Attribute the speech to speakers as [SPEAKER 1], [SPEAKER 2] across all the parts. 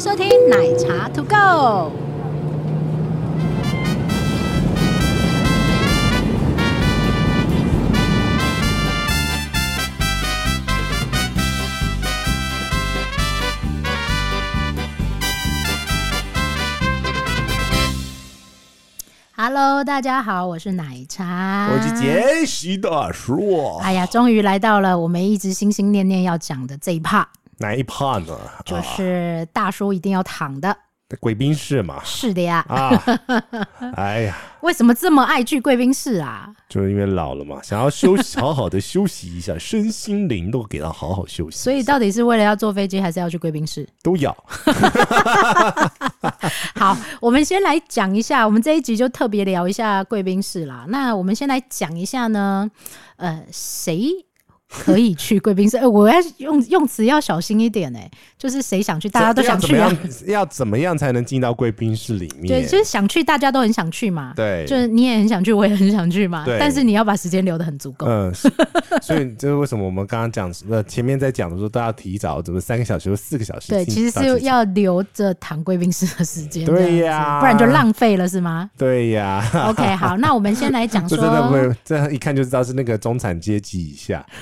[SPEAKER 1] 收听奶茶 To Go。Hello，大家好，我是奶茶，
[SPEAKER 2] 我是杰西大叔。
[SPEAKER 1] 哎呀，终于来到了我们一直心心念念要讲的这一
[SPEAKER 2] 啊
[SPEAKER 1] 趴，
[SPEAKER 2] 哪一趴呢？
[SPEAKER 1] 就
[SPEAKER 2] 啊
[SPEAKER 1] 是大叔一定要躺的。
[SPEAKER 2] 贵宾室嘛。
[SPEAKER 1] 是的呀，
[SPEAKER 2] 啊，哎呀，
[SPEAKER 1] 为什么这么爱去贵宾室啊？
[SPEAKER 2] 就是因为老了嘛，想要休息，好好的休息一下，身心灵都给他好好休息一下。
[SPEAKER 1] 所以到底是为了要坐飞机，还是要去贵宾 室？
[SPEAKER 2] 都要
[SPEAKER 1] 好，我们先来讲一下，我们这一集就特别聊一下贵宾室啦。那我们先来讲一下呢，呃，谁可以去贵宾室？ 呃，我要用用词要小心一点哎、就是谁想去，大家都想去
[SPEAKER 2] 要
[SPEAKER 1] 啊
[SPEAKER 2] 怎。么样？要怎么样才能进到贵宾室里
[SPEAKER 1] 对，
[SPEAKER 2] 面？
[SPEAKER 1] 就是想去，大家都很想去嘛。
[SPEAKER 2] 对
[SPEAKER 1] 就是你也很想去，我也很想去嘛。
[SPEAKER 2] 对
[SPEAKER 1] 但是你要把时间留得很足够。
[SPEAKER 2] 嗯，是所以这是为什么我们刚刚讲呃前面在讲的时候都要提早，怎么三个小时或四个小时进
[SPEAKER 1] 对，
[SPEAKER 2] 到
[SPEAKER 1] 其
[SPEAKER 2] 机
[SPEAKER 1] 实
[SPEAKER 2] 场？
[SPEAKER 1] 是要留着躺贵宾室的时间这样子。
[SPEAKER 2] 对呀
[SPEAKER 1] 不然就浪费了是吗
[SPEAKER 2] 对呀，
[SPEAKER 1] ？OK，好，那我们先来讲
[SPEAKER 2] 这
[SPEAKER 1] 说
[SPEAKER 2] 真的会，这一看就知道是那个中产阶级以下。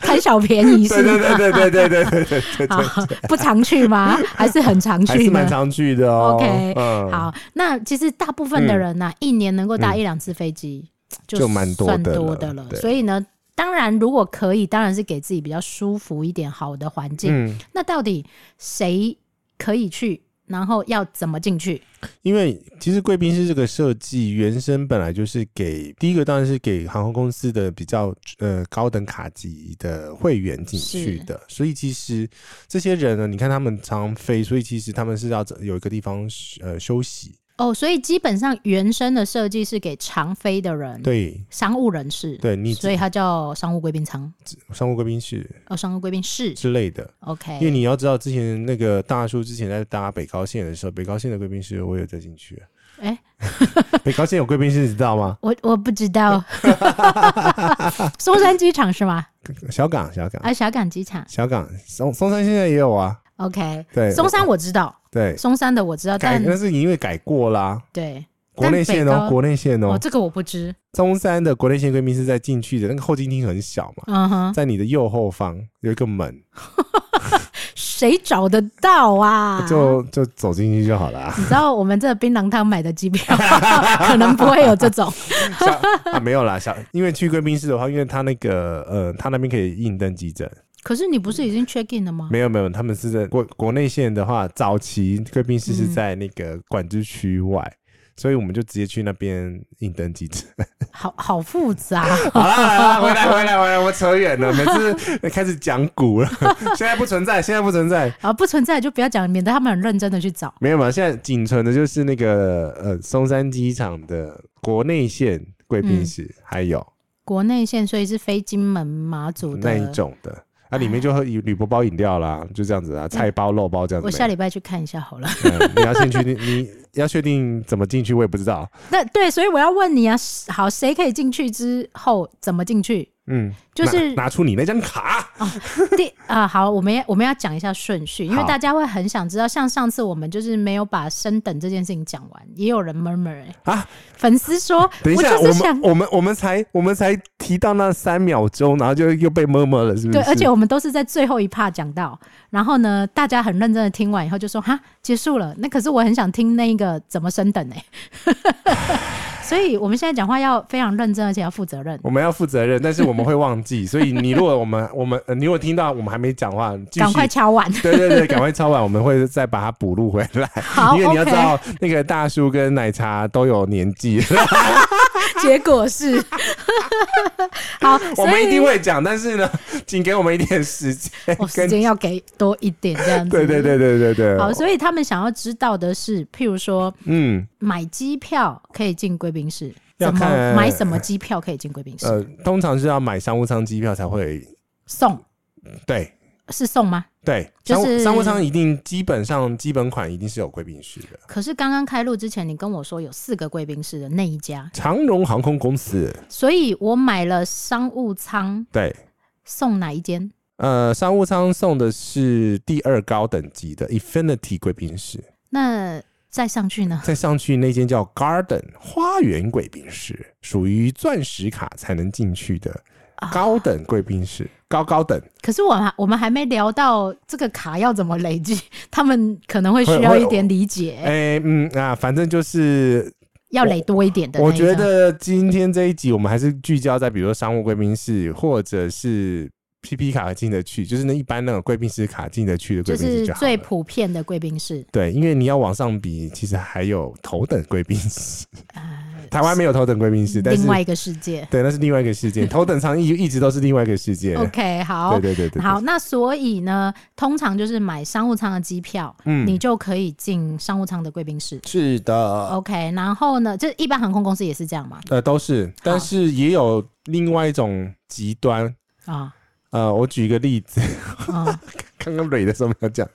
[SPEAKER 1] 贪小便宜是
[SPEAKER 2] 对
[SPEAKER 1] 吗
[SPEAKER 2] 对对对对对对对对对
[SPEAKER 1] 好， 不常去 吗？还是很常
[SPEAKER 2] 还
[SPEAKER 1] 去
[SPEAKER 2] 是蛮
[SPEAKER 1] 呢？
[SPEAKER 2] 常去的哦。
[SPEAKER 1] OK，
[SPEAKER 2] 嗯，
[SPEAKER 1] 好，那其实大部分的人呢、一年能够搭一两次飞机，
[SPEAKER 2] 就蛮多
[SPEAKER 1] 算
[SPEAKER 2] 的了
[SPEAKER 1] 多的了。
[SPEAKER 2] 对
[SPEAKER 1] 所以呢，当然如果可以，当然是给自己比较舒服一点、好的环境。
[SPEAKER 2] 嗯，
[SPEAKER 1] 那到底谁可以去？然后要怎么进去？
[SPEAKER 2] 因为其实贵宾室这个设计原生本来就是给第一个当然是给航空公司的比较呃高等卡级的会员进去的，所以其实这些人呢，你看他们常飞，所以其实他们是要有一个地方呃休息，
[SPEAKER 1] 哦，所以基本上原生的设计是给常飞的人，
[SPEAKER 2] 对
[SPEAKER 1] 商务人士，，
[SPEAKER 2] 对，你
[SPEAKER 1] 所以它叫商务贵宾舱，
[SPEAKER 2] 商务贵宾室
[SPEAKER 1] 哦，商务贵宾室
[SPEAKER 2] 之类的。
[SPEAKER 1] ，OK，
[SPEAKER 2] 因为你要知道，之前那个大叔之前在搭北高线的时候，北高线的贵宾室我有在进去。
[SPEAKER 1] 哎
[SPEAKER 2] 北高线有贵宾室，你知道吗？
[SPEAKER 1] 我我不知 道，松山机场是吗？
[SPEAKER 2] 小港，小港，
[SPEAKER 1] 啊，小港机场
[SPEAKER 2] 小港松松山现在也有啊。
[SPEAKER 1] ，OK。
[SPEAKER 2] 对，
[SPEAKER 1] 松山我知道，
[SPEAKER 2] 对
[SPEAKER 1] 松山的我知道，
[SPEAKER 2] 改，
[SPEAKER 1] 但
[SPEAKER 2] 那是因为改过啦。
[SPEAKER 1] 对
[SPEAKER 2] 国内
[SPEAKER 1] 但
[SPEAKER 2] 线
[SPEAKER 1] 北
[SPEAKER 2] 哦
[SPEAKER 1] 高，
[SPEAKER 2] 国内线
[SPEAKER 1] 哦，
[SPEAKER 2] 哦，
[SPEAKER 1] 这个我不知，
[SPEAKER 2] 中山的国内线贵宾室在进去的那个候机厅很小嘛，
[SPEAKER 1] 嗯哼，
[SPEAKER 2] 在你的右后方有一个门，
[SPEAKER 1] 谁找得到啊？
[SPEAKER 2] 就就走进去就好了啊。
[SPEAKER 1] 你知道我们这槟榔汤买的机票，可能不会有这种，
[SPEAKER 2] 小啊，没有啦，小，因为去贵宾室的话，因为他那个呃，他那边可以印登机证，
[SPEAKER 1] 可是你不是已经 check in 了吗？
[SPEAKER 2] 没有没有，他们是在国国内线的话，早期贵宾室是
[SPEAKER 1] 嗯
[SPEAKER 2] 在那个管制区外，所以我们就直接去那边印登记证。
[SPEAKER 1] 好好复杂，
[SPEAKER 2] 好啦好啦，回来回来回来，我扯远了，每次开始讲古了， 现在不存在，现在不存在。
[SPEAKER 1] 啊，不存在就不要讲，免得他们很认真的去找。
[SPEAKER 2] 没有嘛，现在仅存的就是那个呃松山机场的国内线贵宾室，
[SPEAKER 1] 嗯
[SPEAKER 2] 还有
[SPEAKER 1] 国内线所以是飞金门、马祖
[SPEAKER 2] 那一
[SPEAKER 1] 的，
[SPEAKER 2] 种的，啊里面就喝铝铝箔包饮料啦，就这样子啊，菜包肉包这样子。
[SPEAKER 1] 我下礼拜去看一下好了。
[SPEAKER 2] 嗯你要先去，你你要确定怎么进去，我也不知道。
[SPEAKER 1] 那对，所以我要问你啊，好，谁可以进去之后怎么进去？
[SPEAKER 2] 嗯，
[SPEAKER 1] 就是
[SPEAKER 2] 拿拿出你那张卡，
[SPEAKER 1] 第啊、好，我们要我们要讲一下顺序，因为
[SPEAKER 2] 好
[SPEAKER 1] 大家会很想知道，像上次我们就是没有把升等这件事情讲完，也有人 murmur 哎、
[SPEAKER 2] 啊
[SPEAKER 1] 粉丝说，
[SPEAKER 2] 等一下，
[SPEAKER 1] 我
[SPEAKER 2] 我
[SPEAKER 1] 就是想
[SPEAKER 2] 们。我们我们才我们才提到那三秒钟，然后就又被摸摸了，嗯是不是？
[SPEAKER 1] 对，而且我们都是在最后一趴讲到，然后呢，大家很认真的听完以后就说哈，结束了。那可是我很想听那个怎么升等哎、 所以我们现在讲话要非常认真，而且要负责任。
[SPEAKER 2] 我们要负责任，但是我们会忘记，所以你如果我们 我们、呃你如果听到我们还没讲话，继续
[SPEAKER 1] 赶快。敲完。
[SPEAKER 2] 对对对，赶快抄完，我们会再把它补录回来。
[SPEAKER 1] 好
[SPEAKER 2] 因为你要知
[SPEAKER 1] OK
[SPEAKER 2] 道，那个大叔跟奶茶都有年 纪，
[SPEAKER 1] 结果是，好，
[SPEAKER 2] 我
[SPEAKER 1] 所
[SPEAKER 2] 们
[SPEAKER 1] 以
[SPEAKER 2] 一定会讲，但是呢， 请给我们一点时 间
[SPEAKER 1] 我
[SPEAKER 2] 跟
[SPEAKER 1] 哦时。间要给多一点这样子。
[SPEAKER 2] 对对对对对对。
[SPEAKER 1] 好，所以他们想要知道的是，譬如说
[SPEAKER 2] 嗯
[SPEAKER 1] 买机票可以进贵宾室，
[SPEAKER 2] 要
[SPEAKER 1] 怎么
[SPEAKER 2] 看
[SPEAKER 1] 买什么机票可以进贵宾室？
[SPEAKER 2] 呃，通常是要买商务舱机票才会
[SPEAKER 1] 送
[SPEAKER 2] 对。
[SPEAKER 1] 是送吗？
[SPEAKER 2] 对，
[SPEAKER 1] 就
[SPEAKER 2] 商务
[SPEAKER 1] 是
[SPEAKER 2] 商务舱一定基本上基本款一定是有贵宾室的。
[SPEAKER 1] 可是刚刚开录之前，你跟我说有四个贵宾室的那一家，
[SPEAKER 2] 长荣航空公司，
[SPEAKER 1] 所以我买了商务舱，
[SPEAKER 2] 对，
[SPEAKER 1] 送哪一间？
[SPEAKER 2] 呃，商务舱送的是第二高等级的 Infinity 贵宾室，
[SPEAKER 1] 那再上去呢？
[SPEAKER 2] 再上去那间叫 Garden 花园贵宾室，属于钻石卡才能进去的
[SPEAKER 1] 啊
[SPEAKER 2] 高等贵宾室，高高等
[SPEAKER 1] 可是我们还我们还没聊到这个卡要怎么累积， 他们可能会需
[SPEAKER 2] 会
[SPEAKER 1] 要
[SPEAKER 2] 会
[SPEAKER 1] 一点理解，
[SPEAKER 2] 哎、嗯啊，反正就是
[SPEAKER 1] 要累多一点的那
[SPEAKER 2] 我
[SPEAKER 1] 一种。
[SPEAKER 2] 觉得今天这一集我们还是聚焦在比如说商务贵宾室或者是 PP 卡进得去，就是那一般那种贵宾室卡进得去的
[SPEAKER 1] 就
[SPEAKER 2] 贵宾
[SPEAKER 1] 是
[SPEAKER 2] 室就好
[SPEAKER 1] 最
[SPEAKER 2] 了。
[SPEAKER 1] 普遍的贵宾室，
[SPEAKER 2] 对，因为你要往上比，其实还有头等贵 宾室，
[SPEAKER 1] 呃，
[SPEAKER 2] 台湾没有头等贵宾室，但是
[SPEAKER 1] 另外一个世界。
[SPEAKER 2] 对，那是另外一个世界，头等舱一一直都是另外一个世界。
[SPEAKER 1] OK，好，
[SPEAKER 2] 对对对对，
[SPEAKER 1] 好，那所以呢，通常就是买商务舱的机票，
[SPEAKER 2] 嗯
[SPEAKER 1] 你哦就可以进商务舱的贵宾室。
[SPEAKER 2] 是的，
[SPEAKER 1] OK，然后呢，就一般航空公司也是这样嘛？
[SPEAKER 2] 呃，都是，但是也有另外一种极端。
[SPEAKER 1] 啊、
[SPEAKER 2] 呃，我举一个例子，
[SPEAKER 1] 嗯，
[SPEAKER 2] 刚刚蕊的时候没有讲，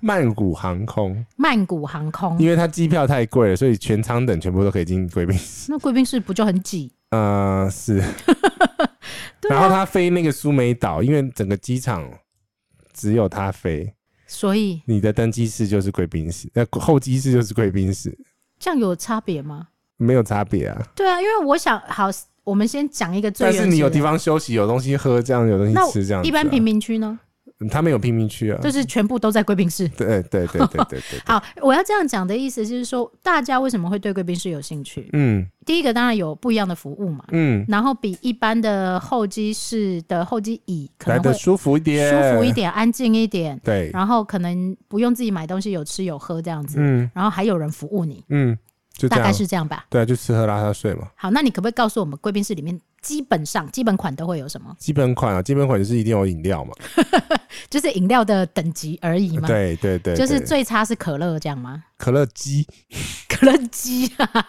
[SPEAKER 2] 曼谷航空，
[SPEAKER 1] 曼谷航空
[SPEAKER 2] 因为它机票太贵了，所以全舱等全部都可以进贵宾室。
[SPEAKER 1] 那贵宾室不就很挤？
[SPEAKER 2] 呃，是。
[SPEAKER 1] 对
[SPEAKER 2] 然后
[SPEAKER 1] 啊，
[SPEAKER 2] 它飞那个苏梅岛，因为整个机场只有它飞，
[SPEAKER 1] 所以
[SPEAKER 2] 你的登机室就是贵宾室，那、候机室就是贵宾室，
[SPEAKER 1] 这样有差别吗？
[SPEAKER 2] 没有差别啊。
[SPEAKER 1] 对啊，因为我想，好，我们先讲一个最
[SPEAKER 2] 但
[SPEAKER 1] 原始
[SPEAKER 2] 是
[SPEAKER 1] 的。
[SPEAKER 2] 你有地方休息，有东西喝，这样有东
[SPEAKER 1] 那
[SPEAKER 2] 西吃，这样、啊。
[SPEAKER 1] 一般平民区呢，
[SPEAKER 2] 嗯，他们有贫民区啊。
[SPEAKER 1] 就是全部都在贵宾室。
[SPEAKER 2] 对对对对对对对。
[SPEAKER 1] 好，我要这样讲的意思就是说，大家为什么会对贵宾室有兴趣？
[SPEAKER 2] 嗯
[SPEAKER 1] 第一个当然有不一样的服务嘛，
[SPEAKER 2] 嗯，
[SPEAKER 1] 然后比一般的候机室的候机椅可
[SPEAKER 2] 来
[SPEAKER 1] 能
[SPEAKER 2] 的
[SPEAKER 1] 会
[SPEAKER 2] 舒服一点，
[SPEAKER 1] 舒服一。点、安静一点，
[SPEAKER 2] 对，
[SPEAKER 1] 然后可能不用自己买东西，有吃有喝这样子，
[SPEAKER 2] 嗯
[SPEAKER 1] 然后还有人服务你，
[SPEAKER 2] 嗯，就这
[SPEAKER 1] 大
[SPEAKER 2] 样
[SPEAKER 1] 概。是这样吧。
[SPEAKER 2] 对啊，就吃喝拉撒睡嘛。
[SPEAKER 1] 好，那你可不可以告诉我们贵宾室里面基本上基本款都会有什么？
[SPEAKER 2] 基本款啊，基本款就是一定有饮料嘛。
[SPEAKER 1] 就是饮料的等级而已嘛。
[SPEAKER 2] 对对对，
[SPEAKER 1] 就是
[SPEAKER 2] 对
[SPEAKER 1] 最差是可乐这样吗？
[SPEAKER 2] 可乐鸡，
[SPEAKER 1] 可乐鸡啊，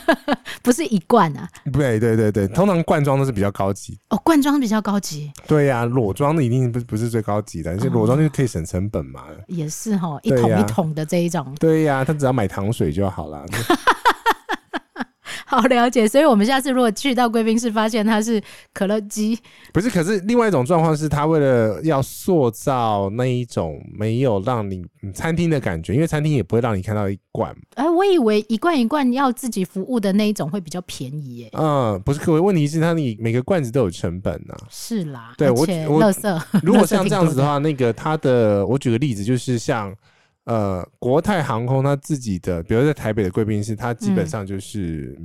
[SPEAKER 1] 不是一罐啊，
[SPEAKER 2] 对对对对，通常罐装都是比较高级。
[SPEAKER 1] 哦，罐装比较高级，
[SPEAKER 2] 对呀、裸装的一定不不是最高级的，而且裸装就可以省成本嘛。
[SPEAKER 1] 也是哈，一
[SPEAKER 2] 对
[SPEAKER 1] 桶
[SPEAKER 2] 呀
[SPEAKER 1] 一桶的这一种。
[SPEAKER 2] 对呀、他只要买糖水就好了。
[SPEAKER 1] 好了解，所以我们下次如果去到贵宾室，发现它是可乐鸡，
[SPEAKER 2] 不是，可是另外一种状况是，他为了要塑造那一种没有让你、嗯餐厅的感觉，因为餐厅也不会让你看到一罐嘛。
[SPEAKER 1] 哎、我以为一罐一罐要自己服务的那一种会比较便宜耶、
[SPEAKER 2] 嗯，不是，可问题是它你每个罐子都有成本啊呐、
[SPEAKER 1] 是啦，
[SPEAKER 2] 对
[SPEAKER 1] 而
[SPEAKER 2] 我
[SPEAKER 1] 且
[SPEAKER 2] 我
[SPEAKER 1] 垃 圾，
[SPEAKER 2] 如果
[SPEAKER 1] 垃圾
[SPEAKER 2] 像
[SPEAKER 1] 挺
[SPEAKER 2] 这样子
[SPEAKER 1] 多
[SPEAKER 2] 的
[SPEAKER 1] 的
[SPEAKER 2] 话，那个它的，我举个例子，就是像呃国泰航空它自己的，比如在台北的贵宾室，它基本上就是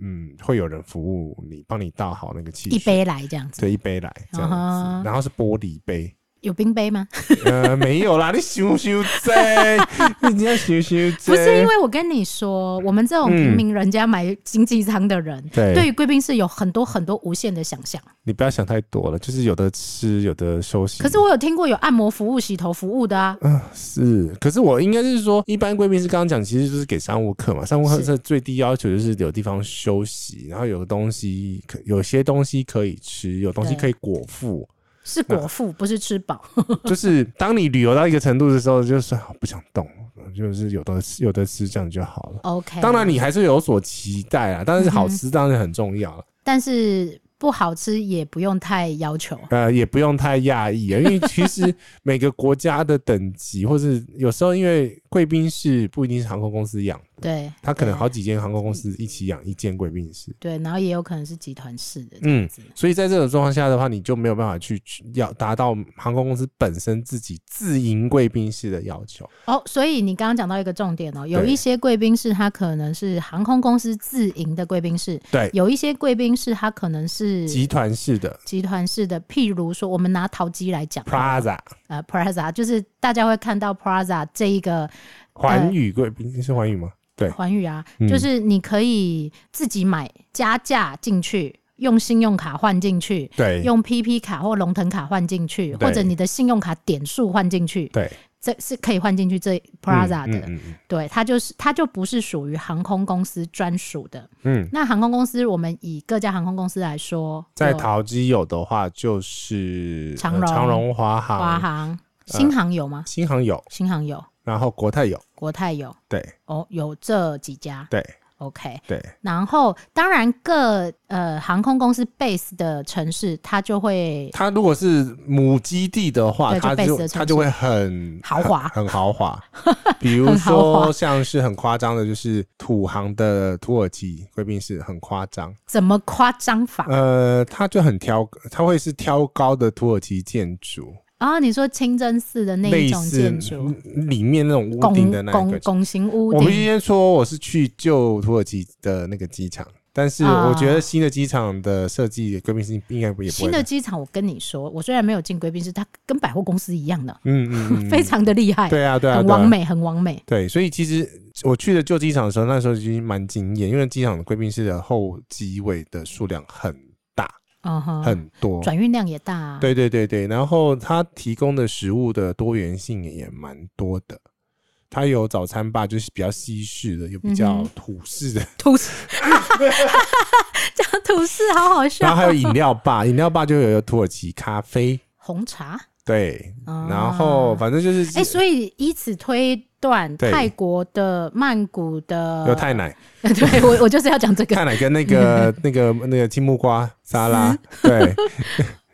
[SPEAKER 2] 嗯会有人服务你，帮你倒好那个汽
[SPEAKER 1] 一
[SPEAKER 2] 水，
[SPEAKER 1] 杯来这样子，
[SPEAKER 2] 对一杯来这样子，
[SPEAKER 1] 嗯哼
[SPEAKER 2] 然后是玻璃杯，
[SPEAKER 1] 有冰杯吗？
[SPEAKER 2] 呃没有啦，你羞羞在，你要羞羞在，
[SPEAKER 1] 不是，因为我跟你说，我们这种平民人家买经济舱的人，
[SPEAKER 2] 嗯对
[SPEAKER 1] 对于贵宾室有很多很多无限的想象。
[SPEAKER 2] 你不要想太多了，就是有的吃，有的休息。
[SPEAKER 1] 可是我有听过有按摩服务、洗头服务的啊，
[SPEAKER 2] 嗯，是，可是我应该是说，一般贵宾室刚刚讲，其实就是给商务客嘛。商务客
[SPEAKER 1] 是
[SPEAKER 2] 是最低要求就是有地方休息，然后有东西可有些东西可以吃，有东西
[SPEAKER 1] 对
[SPEAKER 2] 可以果腹。
[SPEAKER 1] 是果
[SPEAKER 2] 嗯
[SPEAKER 1] 腹，不是吃饱。
[SPEAKER 2] 就是当你旅游到一个程度的时候，就是啊不想动，就是有的吃有的吃这样就好了。
[SPEAKER 1] OK，
[SPEAKER 2] 当然，你还是有所期待啊，
[SPEAKER 1] 嗯
[SPEAKER 2] 但是好吃当然很重要了。
[SPEAKER 1] 但是不好吃也不用太要求。
[SPEAKER 2] 呃，也不用太讶异啊，因为其实每个国家的等级，或是有时候因为贵宾室不一定是航空公司养。
[SPEAKER 1] 对，
[SPEAKER 2] 他可能
[SPEAKER 1] 对
[SPEAKER 2] 好几间航空公司一起养一间贵宾室。
[SPEAKER 1] 对，然后也有可能是集团式的这样
[SPEAKER 2] 嗯
[SPEAKER 1] 子。，
[SPEAKER 2] 所以在这种状况下的话，你就没有办法去去要达到航空公司本身自己自营贵宾室的要求。
[SPEAKER 1] 哦，所以你刚刚讲到一个重点哦，有
[SPEAKER 2] 对
[SPEAKER 1] 一些贵宾室它可能是航空公司自营的贵宾室，
[SPEAKER 2] 对，
[SPEAKER 1] 有一些贵宾室它可能是
[SPEAKER 2] 集团式的
[SPEAKER 1] 集团式的，譬如说我们拿淘机来讲好了，
[SPEAKER 2] Plaza
[SPEAKER 1] 呃，Plaza 就是大家会看到 Plaza 这一个
[SPEAKER 2] 环宇贵宾是环宇吗？对
[SPEAKER 1] 环宇啊，
[SPEAKER 2] 嗯
[SPEAKER 1] 就是你可以自己买加价进去，用信用卡换进去。
[SPEAKER 2] 对
[SPEAKER 1] 用 PP 卡或龙腾卡换进去，
[SPEAKER 2] 对
[SPEAKER 1] 或者你的信用卡点数换进去，
[SPEAKER 2] 对
[SPEAKER 1] 这是可以换进去这 Plaza 的。
[SPEAKER 2] 嗯嗯嗯
[SPEAKER 1] 对，它就是它就不是属于航空公司专属的。
[SPEAKER 2] 嗯嗯
[SPEAKER 1] 那航空公司，我们以各家航空公司来说，
[SPEAKER 2] 在
[SPEAKER 1] 有
[SPEAKER 2] 桃机有的话就是
[SPEAKER 1] 长
[SPEAKER 2] 呃
[SPEAKER 1] 荣
[SPEAKER 2] 长荣、华航、
[SPEAKER 1] 华
[SPEAKER 2] 呃
[SPEAKER 1] 航、新航有吗？
[SPEAKER 2] 新航有，
[SPEAKER 1] 新航有，
[SPEAKER 2] 然后国泰有，
[SPEAKER 1] 国泰有，
[SPEAKER 2] 对
[SPEAKER 1] 哦，有这几家。
[SPEAKER 2] 对，
[SPEAKER 1] OK，
[SPEAKER 2] 对，
[SPEAKER 1] 然后当然各呃航空公司 base 的城市，它就会
[SPEAKER 2] 它如果是母基地的话，
[SPEAKER 1] 对就
[SPEAKER 2] 它
[SPEAKER 1] base 的
[SPEAKER 2] 就
[SPEAKER 1] 城市
[SPEAKER 2] 它就会很
[SPEAKER 1] 豪华
[SPEAKER 2] 很很 豪华。比如
[SPEAKER 1] 很豪华
[SPEAKER 2] 说像是很夸张的，就是土航的土耳其贵宾室很夸张，
[SPEAKER 1] 怎么夸张法
[SPEAKER 2] 呃，它就很挑，它会是挑高的土耳其建筑，
[SPEAKER 1] 啊？你说清真寺的那
[SPEAKER 2] 类
[SPEAKER 1] 一种
[SPEAKER 2] 似
[SPEAKER 1] 建筑，
[SPEAKER 2] 里面那种屋顶的
[SPEAKER 1] 拱
[SPEAKER 2] 那一
[SPEAKER 1] 拱
[SPEAKER 2] 个。
[SPEAKER 1] 拱形屋
[SPEAKER 2] 我必须
[SPEAKER 1] 顶，
[SPEAKER 2] 先说，我是去旧土耳其的那个机场，但是
[SPEAKER 1] 啊
[SPEAKER 2] 我觉得新的机场的设计贵宾室应该不也不
[SPEAKER 1] 新
[SPEAKER 2] 会
[SPEAKER 1] 的。机场，我跟你说，我虽然没有进贵宾室，它跟百货公司一样的，
[SPEAKER 2] 嗯嗯 嗯，
[SPEAKER 1] 非常的厉害，
[SPEAKER 2] 对啊对啊，
[SPEAKER 1] 很
[SPEAKER 2] 对啊
[SPEAKER 1] 完美，很完美。
[SPEAKER 2] 对，所以其实我去的旧机场的时候，那时候已经蛮惊艳，因为机场的贵宾室的后机位的数量很大、
[SPEAKER 1] 嗯哼，
[SPEAKER 2] 很多。
[SPEAKER 1] 转运量也大、啊。
[SPEAKER 2] 对对对对，然后它提供的食物的多元性也蛮多的。它有早餐吧，就是比较西式的，有比较
[SPEAKER 1] 嗯哼
[SPEAKER 2] 土 式的，
[SPEAKER 1] 吐 司，讲吐司好好
[SPEAKER 2] 然后
[SPEAKER 1] 笑。
[SPEAKER 2] 还有饮料吧，饮料吧就有土耳其咖啡，
[SPEAKER 1] 红茶，
[SPEAKER 2] 对，
[SPEAKER 1] 啊
[SPEAKER 2] 然后反正就是
[SPEAKER 1] 哎、所以以此推断，
[SPEAKER 2] 对
[SPEAKER 1] 泰国的曼谷的
[SPEAKER 2] 有泰奶，
[SPEAKER 1] 对我我就是要讲这个
[SPEAKER 2] 泰奶跟 那个那个那个青木瓜沙拉，对，的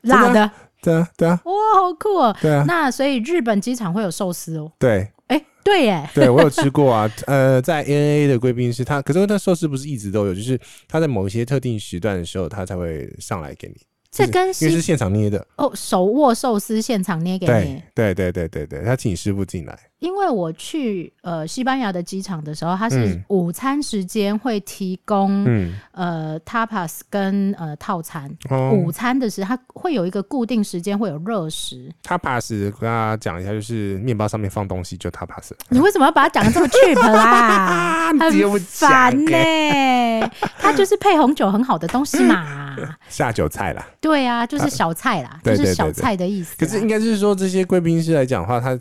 [SPEAKER 1] 辣的，
[SPEAKER 2] 对啊对啊
[SPEAKER 1] 哇，好酷哦！
[SPEAKER 2] 对啊，
[SPEAKER 1] 那所以日本机场会有寿司哦，
[SPEAKER 2] 对，
[SPEAKER 1] 哎、对耶，
[SPEAKER 2] 对我有吃过啊，呃，在 ANA 的贵宾室，它可是那寿司不是一直都有，就是它在某一些特定时段的时候，它才会上来给你，
[SPEAKER 1] 这跟
[SPEAKER 2] 因为
[SPEAKER 1] 西
[SPEAKER 2] 是现场捏的。
[SPEAKER 1] 哦手握寿司现场捏给
[SPEAKER 2] 对
[SPEAKER 1] 你，
[SPEAKER 2] 对对对对对，他请师傅进来，
[SPEAKER 1] 因为我去呃西班牙的机场的时候，它是
[SPEAKER 2] 嗯
[SPEAKER 1] 午餐时间会提供、
[SPEAKER 2] 嗯，
[SPEAKER 1] 呃 tapas 跟呃套餐。
[SPEAKER 2] 哦
[SPEAKER 1] 午餐的时候，它会有一个固定时间会有热 食。
[SPEAKER 2] 他 pass 跟大家讲一下，就是面包上面放东西就他 pass，
[SPEAKER 1] 你为什么要把它讲的这么啊 cheap 啦？
[SPEAKER 2] 你直接不
[SPEAKER 1] 很
[SPEAKER 2] 讲
[SPEAKER 1] 烦呢、
[SPEAKER 2] 欸
[SPEAKER 1] 它就是配红酒很好的东西嘛。
[SPEAKER 2] 下酒菜啦。
[SPEAKER 1] 对啊，就是小菜啦，
[SPEAKER 2] 对
[SPEAKER 1] 就
[SPEAKER 2] 对
[SPEAKER 1] 是啊
[SPEAKER 2] 对
[SPEAKER 1] 小
[SPEAKER 2] 对
[SPEAKER 1] 菜的意思啦。
[SPEAKER 2] 可是应该是说，这些贵宾室来讲的话，他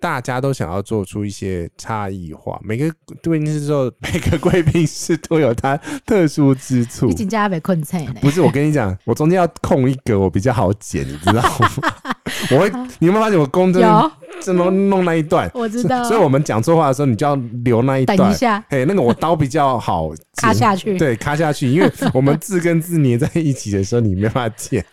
[SPEAKER 2] 大家都想要做出一些差异化，每个贵宾室之后，每个贵宾室都有它特殊之处
[SPEAKER 1] 你。请假被困菜呢。
[SPEAKER 2] 不是，我跟你讲，我中间要空一格，我比较好剪，你知 道吗？我会，你有没有发现我公真的
[SPEAKER 1] 有，
[SPEAKER 2] 真的弄那一段？
[SPEAKER 1] 我知道。
[SPEAKER 2] 所以我们讲错话的时候，你就要留那一段。
[SPEAKER 1] 等一下
[SPEAKER 2] 哎，那个我刀比较好
[SPEAKER 1] 卡
[SPEAKER 2] 剪
[SPEAKER 1] 下去
[SPEAKER 2] 对，卡下去，因为我们字跟字粘在一起的时候，你没办法 剪。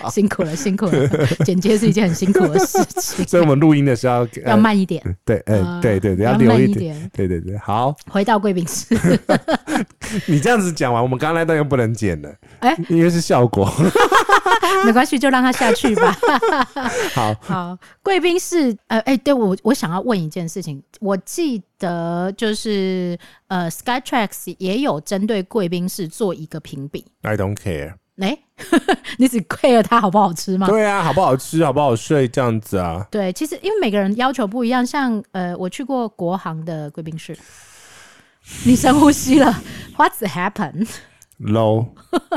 [SPEAKER 2] 啊
[SPEAKER 1] 辛苦了，辛苦 了，剪接是一件很辛苦的事情，
[SPEAKER 2] 所以我们录音的时候要
[SPEAKER 1] 要
[SPEAKER 2] 呃
[SPEAKER 1] 慢一点。
[SPEAKER 2] 对，
[SPEAKER 1] 啊
[SPEAKER 2] 呃，对对对，
[SPEAKER 1] 要
[SPEAKER 2] 留
[SPEAKER 1] 慢一
[SPEAKER 2] 点。
[SPEAKER 1] 点。
[SPEAKER 2] 对对对，好，
[SPEAKER 1] 回到贵宾室，
[SPEAKER 2] 你这样子讲完，我们刚刚那段又不能剪了，
[SPEAKER 1] 哎
[SPEAKER 2] 因为是效果。
[SPEAKER 1] 没关系，就让他下去吧。
[SPEAKER 2] 好，
[SPEAKER 1] 好，贵宾室，呃，哎、对我我想要问一件事情，我记得就是呃，Skytrax 也有针对贵宾室做一个评比，
[SPEAKER 2] I don't care。
[SPEAKER 1] 哎、 你只 care 它好不好吃吗？
[SPEAKER 2] 对啊，好不好吃，好不好睡，这样子啊。
[SPEAKER 1] 对，其实因为每个人要求不一样，像呃，我去过国航的贵宾室，你深呼吸了，What's happened？
[SPEAKER 2] low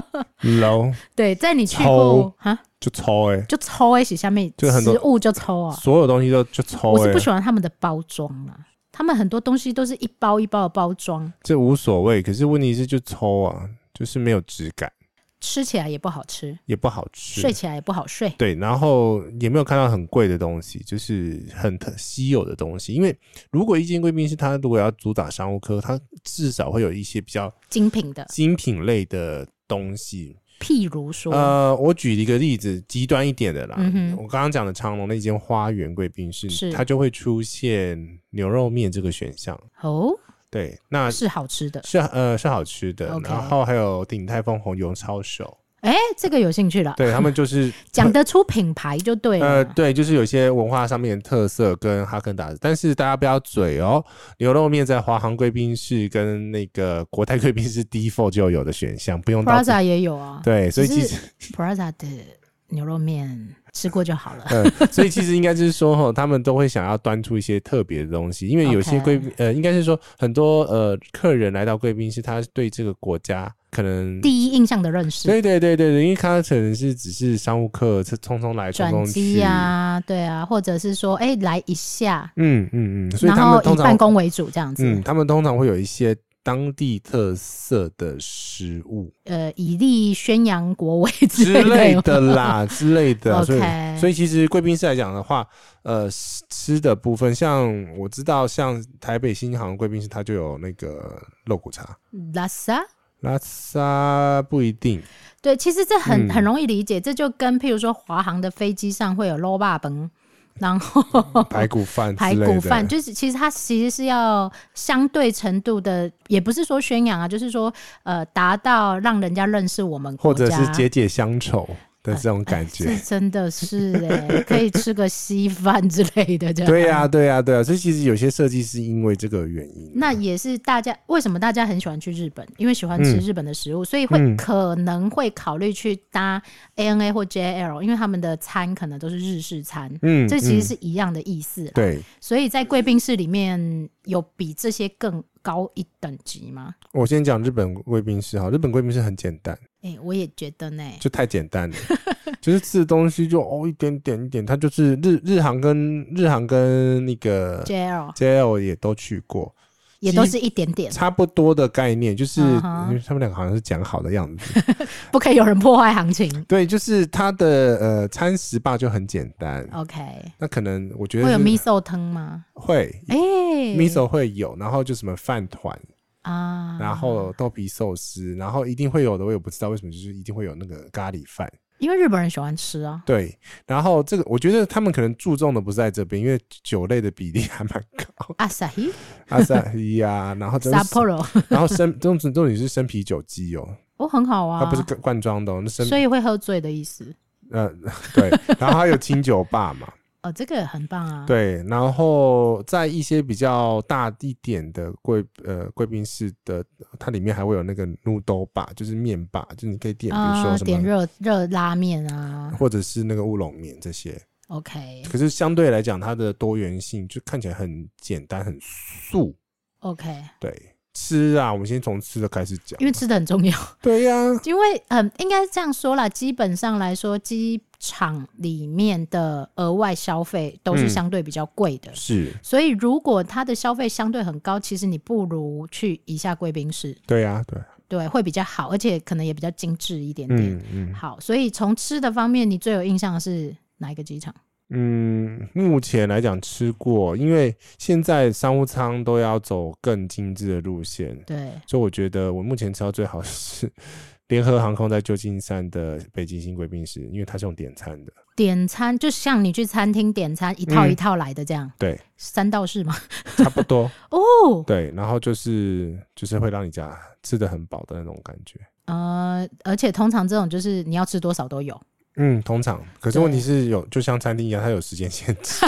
[SPEAKER 2] low
[SPEAKER 1] 对，在你去
[SPEAKER 2] 抽
[SPEAKER 1] 过啊，
[SPEAKER 2] 就抽哎、
[SPEAKER 1] 就抽哎，下面
[SPEAKER 2] 就很多
[SPEAKER 1] 食物就抽啊，
[SPEAKER 2] 所有东西都就抽
[SPEAKER 1] 我
[SPEAKER 2] 哎、
[SPEAKER 1] 是不喜欢他们的包装啊，他们很多东西都是一包一包的包装，
[SPEAKER 2] 这无所谓。可是问题是就抽啊，就是没有质感，
[SPEAKER 1] 吃起来也不好吃，
[SPEAKER 2] 也不好吃
[SPEAKER 1] 睡。起来也不好睡。
[SPEAKER 2] 对，然后也没有看到很贵的东西，就是很特稀有的东西。因为如果一间贵宾室，它如果要主打商务科，它至少会有一些比较
[SPEAKER 1] 精品的，
[SPEAKER 2] 精品类的东西。
[SPEAKER 1] 譬如说，
[SPEAKER 2] 呃，我举一个例子，极端一点的啦。
[SPEAKER 1] 嗯哼
[SPEAKER 2] 我刚刚讲的长隆那间花园贵宾
[SPEAKER 1] 是
[SPEAKER 2] 室，它就会出现牛肉面这个选项。
[SPEAKER 1] 哦，
[SPEAKER 2] 对，那
[SPEAKER 1] 是好吃的。
[SPEAKER 2] 是呃是好吃的
[SPEAKER 1] OK
[SPEAKER 2] 然后还有鼎泰丰红油抄手，
[SPEAKER 1] 哎、这个有兴趣了，
[SPEAKER 2] 对他们就是
[SPEAKER 1] 讲得出品牌就 对啊了。
[SPEAKER 2] 呃对，就是有一些文化上面的特色跟哈根达斯，但是大家不要嘴哦，牛肉面在华航贵宾室跟那个国泰贵宾室 default 就有的选项，不用到
[SPEAKER 1] Prada 也有啊，
[SPEAKER 2] 对，所以其
[SPEAKER 1] 只
[SPEAKER 2] 实
[SPEAKER 1] 是 Prada 的牛肉面吃过就好 了。
[SPEAKER 2] 呃，所以其实应该就是说，吼，他们都会想要端出一些特别的东西，因为有些
[SPEAKER 1] OK
[SPEAKER 2] 贵宾呃，应该是说很多呃客人来到贵宾室，他对这个国家可能
[SPEAKER 1] 第一印象的认识，
[SPEAKER 2] 对对对对对，因为他可能是只是商务客，匆匆匆来，匆
[SPEAKER 1] 转
[SPEAKER 2] 匆去
[SPEAKER 1] 机。啊，对啊，或者是说，哎、来一下，
[SPEAKER 2] 嗯嗯嗯，所以
[SPEAKER 1] 然
[SPEAKER 2] 他
[SPEAKER 1] 后
[SPEAKER 2] 们
[SPEAKER 1] 以
[SPEAKER 2] 通
[SPEAKER 1] 办
[SPEAKER 2] 常嗯
[SPEAKER 1] 公为主这样子。
[SPEAKER 2] 嗯，他们通常会有一些当地特色的食 物
[SPEAKER 1] 呃，以利宣扬国威
[SPEAKER 2] 之
[SPEAKER 1] 类
[SPEAKER 2] 类
[SPEAKER 1] 有
[SPEAKER 2] 的
[SPEAKER 1] 没有
[SPEAKER 2] 啦，之类的啊。所
[SPEAKER 1] OK
[SPEAKER 2] 以，所以其实贵宾室来讲的话，呃，吃吃的部分，像我知道，像台北新航贵宾室，它就有那个肉骨茶。
[SPEAKER 1] 拉萨。
[SPEAKER 2] 拉萨不一定，
[SPEAKER 1] 对，其实这很
[SPEAKER 2] 嗯
[SPEAKER 1] 很容易理解，这就跟譬如说华航的飞机上会有肉霸崩，然 后
[SPEAKER 2] 排骨饭之
[SPEAKER 1] 排
[SPEAKER 2] 类的，
[SPEAKER 1] 骨饭，就是其实它其实是要相对程度的，也不是说宣扬啊，就是说呃达到让人家认识我们国
[SPEAKER 2] 或
[SPEAKER 1] 家，呃哎
[SPEAKER 2] 者是解解乡愁的这种感 觉。
[SPEAKER 1] 这真的是哎、可以吃个稀饭之类的这 样。
[SPEAKER 2] 对呀、对呀、对呀、所以其实有些设计是因为这个原因。
[SPEAKER 1] 那也是大家为什么大家很喜欢去日本，因为喜欢吃
[SPEAKER 2] 嗯
[SPEAKER 1] 日本的食物，所以会、
[SPEAKER 2] 嗯
[SPEAKER 1] 可能会考虑去搭 ANA 或 JL，因为他们的餐可能都是日式餐，
[SPEAKER 2] 嗯
[SPEAKER 1] 这其
[SPEAKER 2] 嗯
[SPEAKER 1] 实是一样的意思啦。
[SPEAKER 2] 对，
[SPEAKER 1] 所以在贵宾室里面有比这些更高一等级吗？
[SPEAKER 2] 我先讲日本贵宾室哈，日本贵宾室很简单，
[SPEAKER 1] 哎、我也觉得呢。
[SPEAKER 2] 就太简 单了，就是吃的东西就哦一点点一点，它就是日日航跟日航跟那个
[SPEAKER 1] JL
[SPEAKER 2] JL 也都去过，
[SPEAKER 1] 也都是一点点，
[SPEAKER 2] 差不多的概念，就是、
[SPEAKER 1] 嗯哼
[SPEAKER 2] 因为他们两个好像是讲好的样子，
[SPEAKER 1] 不可以有人破坏行情。
[SPEAKER 2] 对，就是它的呃餐食吧就很简单，
[SPEAKER 1] OK，
[SPEAKER 2] 那可能我觉得
[SPEAKER 1] 会有
[SPEAKER 2] 是
[SPEAKER 1] miso 汤吗？
[SPEAKER 2] 会
[SPEAKER 1] 哎、
[SPEAKER 2] miso 会有，然后就什么饭团，
[SPEAKER 1] 啊，
[SPEAKER 2] 然后豆皮寿司，然后一定会有的，我也不知道为什么，就是一定会有那个咖喱饭。
[SPEAKER 1] 因为日本人喜欢吃啊，
[SPEAKER 2] 对，然后这个我觉得他们可能注重的不是在这边，因为酒类的比例还蛮高，
[SPEAKER 1] 阿萨希、
[SPEAKER 2] 阿萨伊呀，然后真的
[SPEAKER 1] 札
[SPEAKER 2] 是
[SPEAKER 1] 幌 o
[SPEAKER 2] 然后生这种这种也是生啤酒鸡哦，
[SPEAKER 1] 哦，很好啊，
[SPEAKER 2] 它不是罐罐装的、哦，那生
[SPEAKER 1] 所以会喝醉的意思。
[SPEAKER 2] 呃对，然后还有清酒吧 嘛，
[SPEAKER 1] 哦，这个很棒啊。，
[SPEAKER 2] 对，然后在一些比较大一点的贵呃贵宾室的，它里面还会有那个 noodle 吧，就是面吧，就是你可以点，比如
[SPEAKER 1] 啊、
[SPEAKER 2] 说什
[SPEAKER 1] 点
[SPEAKER 2] 么，
[SPEAKER 1] 热热拉面啊。
[SPEAKER 2] 或者是那个乌龙面这些。
[SPEAKER 1] OK
[SPEAKER 2] 可是相对来讲，它的多元性就看起来很简单、很素。
[SPEAKER 1] OK，
[SPEAKER 2] 对，吃啊，我们先从吃的开始讲
[SPEAKER 1] 因。为吃的很重要。
[SPEAKER 2] 对呀、
[SPEAKER 1] 因为嗯，应该这样说啦，基本上来说，机场里面的额外消费都是
[SPEAKER 2] 嗯
[SPEAKER 1] 相对比较贵的。
[SPEAKER 2] 是，
[SPEAKER 1] 所以，如果它的消费相对很高，其实你不如去一下贵宾室，
[SPEAKER 2] 对呀、对，
[SPEAKER 1] 对，会比较好，而且可能也比较精致一点点。
[SPEAKER 2] 嗯嗯
[SPEAKER 1] 好，所以从吃的方面，你最有印象的是哪一个机场？
[SPEAKER 2] 嗯，目前来讲吃过，因为现在商务舱都要走更精致的路线，
[SPEAKER 1] 对，
[SPEAKER 2] 所以我觉得我目前吃到最好是 联合航空在旧金山的北极星贵宾室，因为它是用点餐的。
[SPEAKER 1] 点餐就像你去餐厅点餐，一套
[SPEAKER 2] 嗯
[SPEAKER 1] 一套来的这样，
[SPEAKER 2] 对，
[SPEAKER 1] 三道式嘛。
[SPEAKER 2] 差不多。
[SPEAKER 1] 哦，
[SPEAKER 2] 对，然后就是就是会让你家吃的很饱的那种感觉。
[SPEAKER 1] 呃，而且通常这种就是你要吃多少都有。
[SPEAKER 2] 嗯，通常。可是问题
[SPEAKER 1] 对
[SPEAKER 2] 是有，就像餐厅一样，它有时间限制。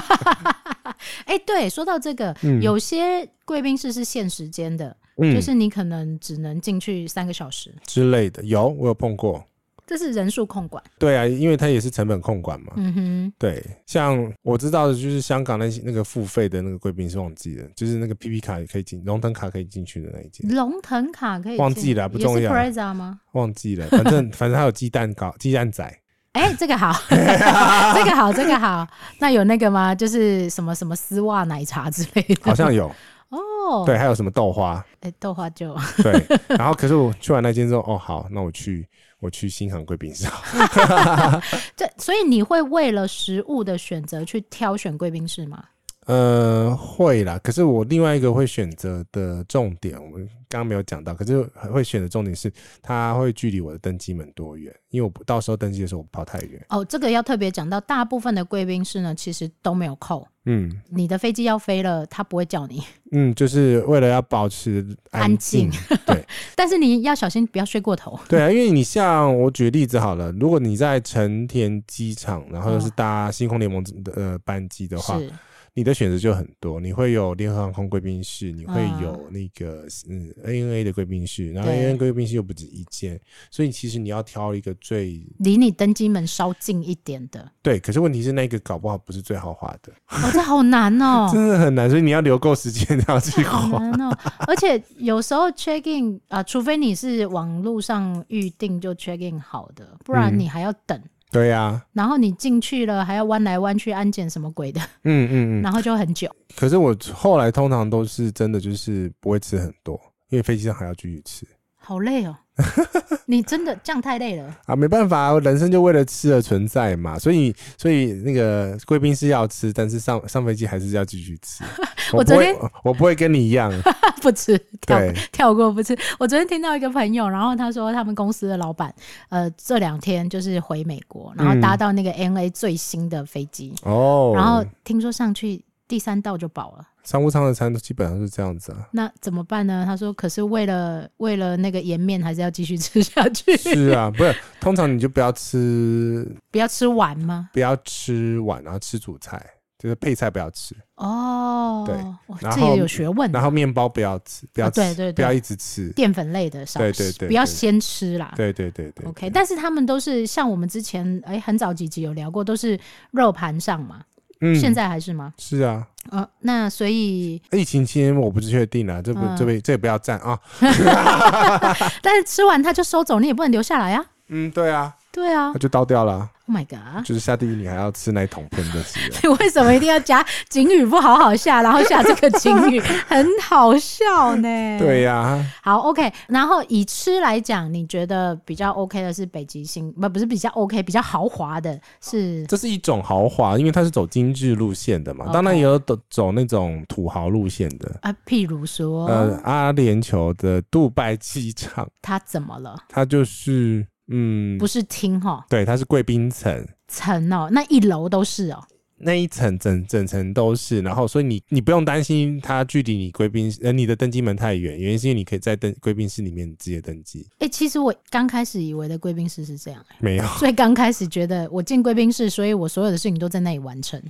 [SPEAKER 1] 哎、对，说到这个，
[SPEAKER 2] 嗯
[SPEAKER 1] 有些贵宾室是限时间的，
[SPEAKER 2] 嗯，
[SPEAKER 1] 就是你可能只能进去三个小时，
[SPEAKER 2] 之类的，有我有碰过。
[SPEAKER 1] 这是人数控管。
[SPEAKER 2] 对啊，因为它也是成本控管嘛。
[SPEAKER 1] 嗯哼，
[SPEAKER 2] 对，像我知道的就是香港那些那个付费的那个贵宾是忘记了，就是那个 PP 卡也可以进，龙腾卡可以进去的那一间，
[SPEAKER 1] 龙腾卡可以
[SPEAKER 2] 忘
[SPEAKER 1] 进
[SPEAKER 2] 记了不重
[SPEAKER 1] 也是
[SPEAKER 2] 要
[SPEAKER 1] Preza 吗？
[SPEAKER 2] 忘记了。反正 反正它有鸡蛋糕、鸡 蛋仔，
[SPEAKER 1] 哎、这个好， 这个好，这个好。那有那个吗？就是什么什么丝袜奶茶之类的，
[SPEAKER 2] 好像有
[SPEAKER 1] 哦。
[SPEAKER 2] 对，还有什么豆花
[SPEAKER 1] 哎、豆花就
[SPEAKER 2] 对。然后可是我去完那间之后，哦好，那我去我去新航贵宾室好 了。
[SPEAKER 1] 这，所以你会为了食物的选择去挑选贵宾室吗？
[SPEAKER 2] 呃，会啦。可是我另外一个会选择的重点，我们刚刚没有讲到，可是会选的重点是，它会距离我的登机门多远？因为我不到时候登机的时候我跑太远。
[SPEAKER 1] 哦，这个要特别讲到，大部分的贵宾室呢，其实都没有扣。
[SPEAKER 2] 嗯
[SPEAKER 1] 你的飞机要飞了，他不会叫你，
[SPEAKER 2] 嗯，就是为了要保持安静
[SPEAKER 1] 安。但是你要小心不要睡过头。
[SPEAKER 2] 对啊，因为你像我举例子好了，如果你在成田机场，然后又是搭星空联盟的呃班机的话，
[SPEAKER 1] 是，
[SPEAKER 2] 你的选择就很多，你会有联合航空贵宾室，你会
[SPEAKER 1] 嗯
[SPEAKER 2] 有那个嗯 ANA 的贵宾室，然后
[SPEAKER 1] 对
[SPEAKER 2] ANA 贵宾室又不止一间，所以其实你要挑一个最
[SPEAKER 1] 离你登机门稍近一点的。
[SPEAKER 2] 对。可是问题是那个搞不好不是最豪华的，
[SPEAKER 1] 哦，这好难哦，
[SPEAKER 2] 真的很难，所以你要留够时间 要去
[SPEAKER 1] 好
[SPEAKER 2] 花。
[SPEAKER 1] 难哦。而且有时候 check in 啊、除非你是网络上预定就 check in 好的，不然
[SPEAKER 2] 嗯
[SPEAKER 1] 你还要等。
[SPEAKER 2] 对啊呀、
[SPEAKER 1] 然后你进去了，还要弯来弯去安检什么鬼的，
[SPEAKER 2] 嗯嗯嗯。
[SPEAKER 1] 然后就很久。
[SPEAKER 2] 可是我后来通常都是真的就是不会吃很多，因为飞机上还要继续吃
[SPEAKER 1] 好累哦， 你真的这样太累了。
[SPEAKER 2] 啊，没办法，人生就为了吃而存在嘛。所以，所以那个贵宾是要吃，但是上上飞机还是要继续吃。
[SPEAKER 1] 我
[SPEAKER 2] 不
[SPEAKER 1] 昨
[SPEAKER 2] 会
[SPEAKER 1] 天，
[SPEAKER 2] 我不会跟你 一样。
[SPEAKER 1] 不吃，跳
[SPEAKER 2] 对
[SPEAKER 1] 跳过不吃。我昨天听到一个朋友，然后他说他们公司的老板，呃，这两天就是回美国，然后搭到那个 NA 最新的飞机，
[SPEAKER 2] 嗯哦，
[SPEAKER 1] 然后听说上去第三道就饱了，
[SPEAKER 2] 商务舱的餐基本上是这样子啊。
[SPEAKER 1] 那怎么办呢？他说，可是为了为了那个颜面，还是要继续吃下去，
[SPEAKER 2] 是啊，不是，通常你就不要吃，
[SPEAKER 1] 不要吃完吗？
[SPEAKER 2] 不要吃晚，然后吃主菜，就是配菜不要吃，
[SPEAKER 1] 哦，
[SPEAKER 2] 对
[SPEAKER 1] 哇，
[SPEAKER 2] 然
[SPEAKER 1] 这也
[SPEAKER 2] 后
[SPEAKER 1] 有学问
[SPEAKER 2] 然
[SPEAKER 1] 啊，
[SPEAKER 2] 后面包不要吃，不要
[SPEAKER 1] 啊
[SPEAKER 2] 吃，
[SPEAKER 1] 对对对
[SPEAKER 2] 不要一直吃。
[SPEAKER 1] 淀粉类的少
[SPEAKER 2] 对
[SPEAKER 1] 吃，
[SPEAKER 2] 对对
[SPEAKER 1] 不要
[SPEAKER 2] 对
[SPEAKER 1] 先吃啦。
[SPEAKER 2] 对对对对
[SPEAKER 1] OK，但是他们都是像我们之前哎、很早几集有聊过，都是肉盘上嘛，
[SPEAKER 2] 嗯，
[SPEAKER 1] 现在还是吗？
[SPEAKER 2] 是啊，
[SPEAKER 1] 呃，那所以，
[SPEAKER 2] 疫情期间我不是确定啊，这不、
[SPEAKER 1] 嗯
[SPEAKER 2] 这边这也不要站啊。
[SPEAKER 1] 但是吃完他就收走，你也不能留下来啊。
[SPEAKER 2] 嗯，对啊，
[SPEAKER 1] 对啊
[SPEAKER 2] 那就倒掉了啊，
[SPEAKER 1] ，Oh my god！
[SPEAKER 2] 就是下地狱你还要吃那一桶喷的是啊
[SPEAKER 1] 你为什么一定要加警语？不好好下，然后下这个警 语，很好笑呢。
[SPEAKER 2] 对呀、
[SPEAKER 1] 好，OK。然后以吃来讲，你觉得比较 OK 的是北极星，不不是比较 OK，比较豪华的是
[SPEAKER 2] 这是一种豪华，因为它是走精致路线的嘛。
[SPEAKER 1] OK
[SPEAKER 2] 当然也有走走那种土豪路线的。
[SPEAKER 1] 啊，譬如说、
[SPEAKER 2] 呃，阿联酋的杜拜机场，
[SPEAKER 1] 他怎么了？
[SPEAKER 2] 它就是嗯，
[SPEAKER 1] 不是厅哈
[SPEAKER 2] 对，它是贵宾层。
[SPEAKER 1] 层哦，那一楼都是哦。
[SPEAKER 2] 那一层整整层都是，然后所以你你不用担心它距离你贵宾室呃你的登机门太远，原因是因为你可以在登贵宾室里面直接登机。
[SPEAKER 1] 哎、其实我刚开始以为的贵宾室是这样、欸，
[SPEAKER 2] 没有，
[SPEAKER 1] 所以刚开始觉得我进贵宾室，所以我所有的事情都在那里完成。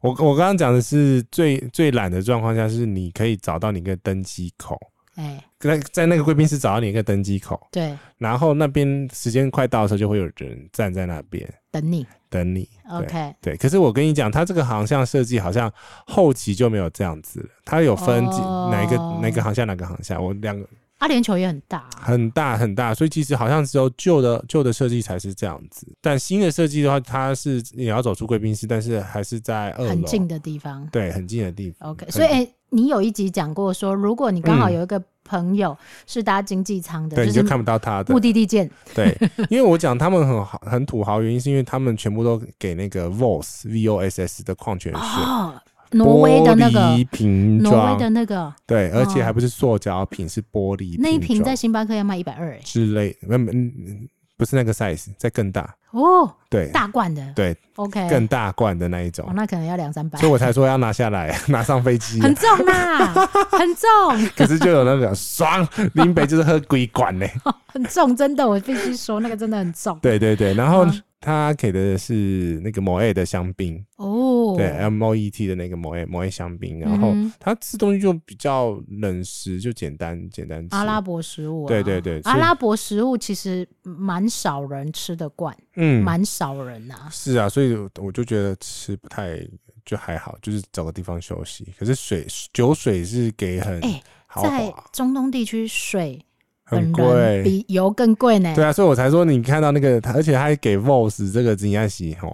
[SPEAKER 2] 我我刚刚讲的是最最懒的状况下是你可以找到你一个登机口，
[SPEAKER 1] 哎、
[SPEAKER 2] 在在那个贵宾室找到你一个登机口，
[SPEAKER 1] 对，
[SPEAKER 2] 然后那边时间快到的时候就会有人站在那边
[SPEAKER 1] 等你。
[SPEAKER 2] 等你。对
[SPEAKER 1] OK，
[SPEAKER 2] 对，可是我跟你讲，它这个航向设计好像后期就没有这样子了，它有分几、
[SPEAKER 1] 哦
[SPEAKER 2] 哪一个哪个航向哪个航向，我两个
[SPEAKER 1] 阿联酋也很大、啊，
[SPEAKER 2] 很大很大，所以其实好像只有旧的旧的设计才是这样子，但新的设计的话，它是也要走出贵宾室，但是还是在二楼，
[SPEAKER 1] 很近的地方。
[SPEAKER 2] 对，很近的地方。
[SPEAKER 1] OK，
[SPEAKER 2] 嗯很嗯
[SPEAKER 1] 所以、诶你有一集讲过说，如果你刚好有一个朋友是搭经济舱的，
[SPEAKER 2] 对，你
[SPEAKER 1] 是
[SPEAKER 2] 就看不到它的
[SPEAKER 1] 目。的地见。
[SPEAKER 2] 对，因为我讲他们很好很土豪，原因是因为他们全部都给那个 Voss V O S S 的矿泉水，
[SPEAKER 1] 哦，挪威的那
[SPEAKER 2] 玻
[SPEAKER 1] 个
[SPEAKER 2] 璃，瓶
[SPEAKER 1] 挪威
[SPEAKER 2] 装
[SPEAKER 1] 的，那个
[SPEAKER 2] 对，而且
[SPEAKER 1] 哦
[SPEAKER 2] 还不是塑胶瓶，是玻璃
[SPEAKER 1] 那一瓶在
[SPEAKER 2] 装
[SPEAKER 1] 星巴克要卖一百二，哎，
[SPEAKER 2] 之类，没没嗯不是那个 size，再更大，
[SPEAKER 1] 哦，
[SPEAKER 2] 对
[SPEAKER 1] 大罐的
[SPEAKER 2] 对，
[SPEAKER 1] ，OK，
[SPEAKER 2] 更大罐的那一种
[SPEAKER 1] 哦，。那可能要两三百
[SPEAKER 2] 所，以我才说要拿下来， 拿上飞机。
[SPEAKER 1] 很重啦，很重，
[SPEAKER 2] 可是就有那个爽，林北就是喝鬼管呢。
[SPEAKER 1] 很重，真的，我必须说那个真的很重
[SPEAKER 2] 对对对，然后
[SPEAKER 1] 嗯
[SPEAKER 2] 他给的是那个某 A 的香槟，
[SPEAKER 1] 哦。
[SPEAKER 2] 对 M O E T 的那个某 A 某 A 香槟，然后
[SPEAKER 1] 嗯哼
[SPEAKER 2] 他吃东西就比较冷食，就简单简单吃。
[SPEAKER 1] 阿拉伯食物、啊，
[SPEAKER 2] 对对对所以
[SPEAKER 1] 阿拉伯食物其实蛮少人吃得惯，
[SPEAKER 2] 嗯，
[SPEAKER 1] 蛮、少人呐、啊。
[SPEAKER 2] 是啊，所以我就觉得吃不太就还好，就是找个地方休息。可是水酒水是给很
[SPEAKER 1] 哎
[SPEAKER 2] 豪
[SPEAKER 1] 在
[SPEAKER 2] 华，
[SPEAKER 1] 中东地区，水
[SPEAKER 2] 很
[SPEAKER 1] 本
[SPEAKER 2] 贵
[SPEAKER 1] 人，比油更贵呢、
[SPEAKER 2] 对啊，所以我才说你看到那个他，而且他还给 Voss 这个金亚西 吼，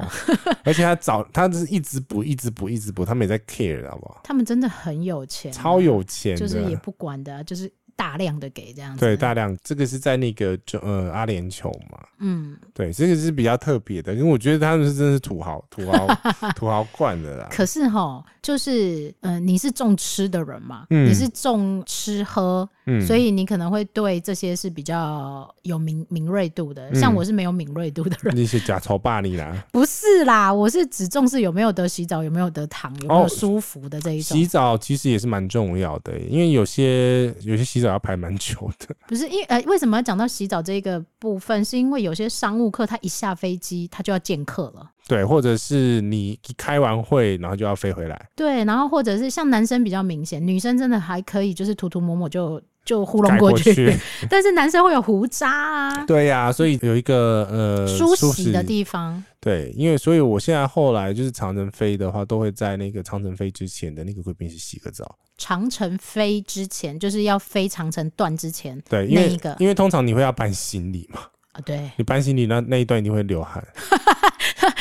[SPEAKER 2] 而且他找他是一直补，一直补，一直补，他们也在 care，好不好？
[SPEAKER 1] 他们真的很有钱，
[SPEAKER 2] 超有钱的，
[SPEAKER 1] 嗯就是也嗯不管的啊、就是大量的给这样子。
[SPEAKER 2] 对大量，这个是在那个就呃阿联酋嘛，
[SPEAKER 1] 嗯，
[SPEAKER 2] 对，这个是比较特别的，因为我觉得他们是真的是土豪土 豪土豪惯的啦，
[SPEAKER 1] 可是哈，就是嗯、呃你是重吃的人嘛，
[SPEAKER 2] 嗯
[SPEAKER 1] 你是重吃喝，
[SPEAKER 2] 嗯，
[SPEAKER 1] 所以你可能会对这些是比较有敏敏锐度的。
[SPEAKER 2] 嗯
[SPEAKER 1] 像我是没有敏锐度的人，
[SPEAKER 2] 那些假丑霸啊你啦，
[SPEAKER 1] 不是啦，我是只重视有没有得洗澡，有没有得躺，有没有舒服的这一种。
[SPEAKER 2] 哦洗澡其实也是蛮重要的，因为有些有些洗澡要排蛮久的，
[SPEAKER 1] 不是因为呃，为什么要讲到洗澡这个部分？是因为有些商务客他一下飞机他就要见客了，
[SPEAKER 2] 对，或者是你一开完会然后就要飞回来。
[SPEAKER 1] 对，然后或者是像男生比较明显，女生真的还可以就是涂涂抹抹就就糊弄
[SPEAKER 2] 改
[SPEAKER 1] 过
[SPEAKER 2] 去，
[SPEAKER 1] 但是男生会有胡渣啊。
[SPEAKER 2] 对呀、所以有一个呃
[SPEAKER 1] 梳洗的地方，
[SPEAKER 2] 对，因为所以我现在后来就是长城飞的话，都会在那个长城飞之前的那个贵宾室洗个澡。
[SPEAKER 1] 长城飞之前就是要飞长城段之前
[SPEAKER 2] 对，因
[SPEAKER 1] 那一
[SPEAKER 2] 为
[SPEAKER 1] 个
[SPEAKER 2] 因为通常你会要搬行李嘛，
[SPEAKER 1] 啊， 对，
[SPEAKER 2] 你搬行李那那一段一定会流汗，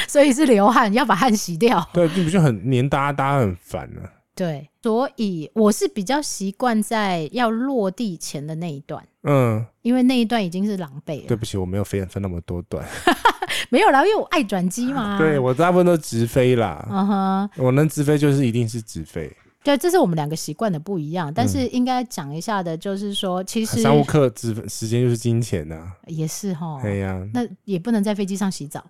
[SPEAKER 1] 所以是流汗，要把汗洗掉。
[SPEAKER 2] 对，你不就很黏哒哒很烦呢、啊
[SPEAKER 1] 对，所以我是比较习惯在要落地前的那一段，
[SPEAKER 2] 嗯，
[SPEAKER 1] 因为那一段已经是狼狈
[SPEAKER 2] 对
[SPEAKER 1] 了。
[SPEAKER 2] 不起，我没有飞分那么多段，
[SPEAKER 1] 没有啦，因为我爱转机嘛。
[SPEAKER 2] 对，我大部分都直飞啦。
[SPEAKER 1] 嗯哼，
[SPEAKER 2] 我能直飞就是一定是直飞，
[SPEAKER 1] 对，这是我们两个习惯的不一样，但
[SPEAKER 2] 嗯
[SPEAKER 1] 是应该讲一下的，就是说，其实哦
[SPEAKER 2] 商务课直时间就是金钱呐、
[SPEAKER 1] 也是哈，
[SPEAKER 2] 哎呀、
[SPEAKER 1] 那也不能在飞机上洗澡，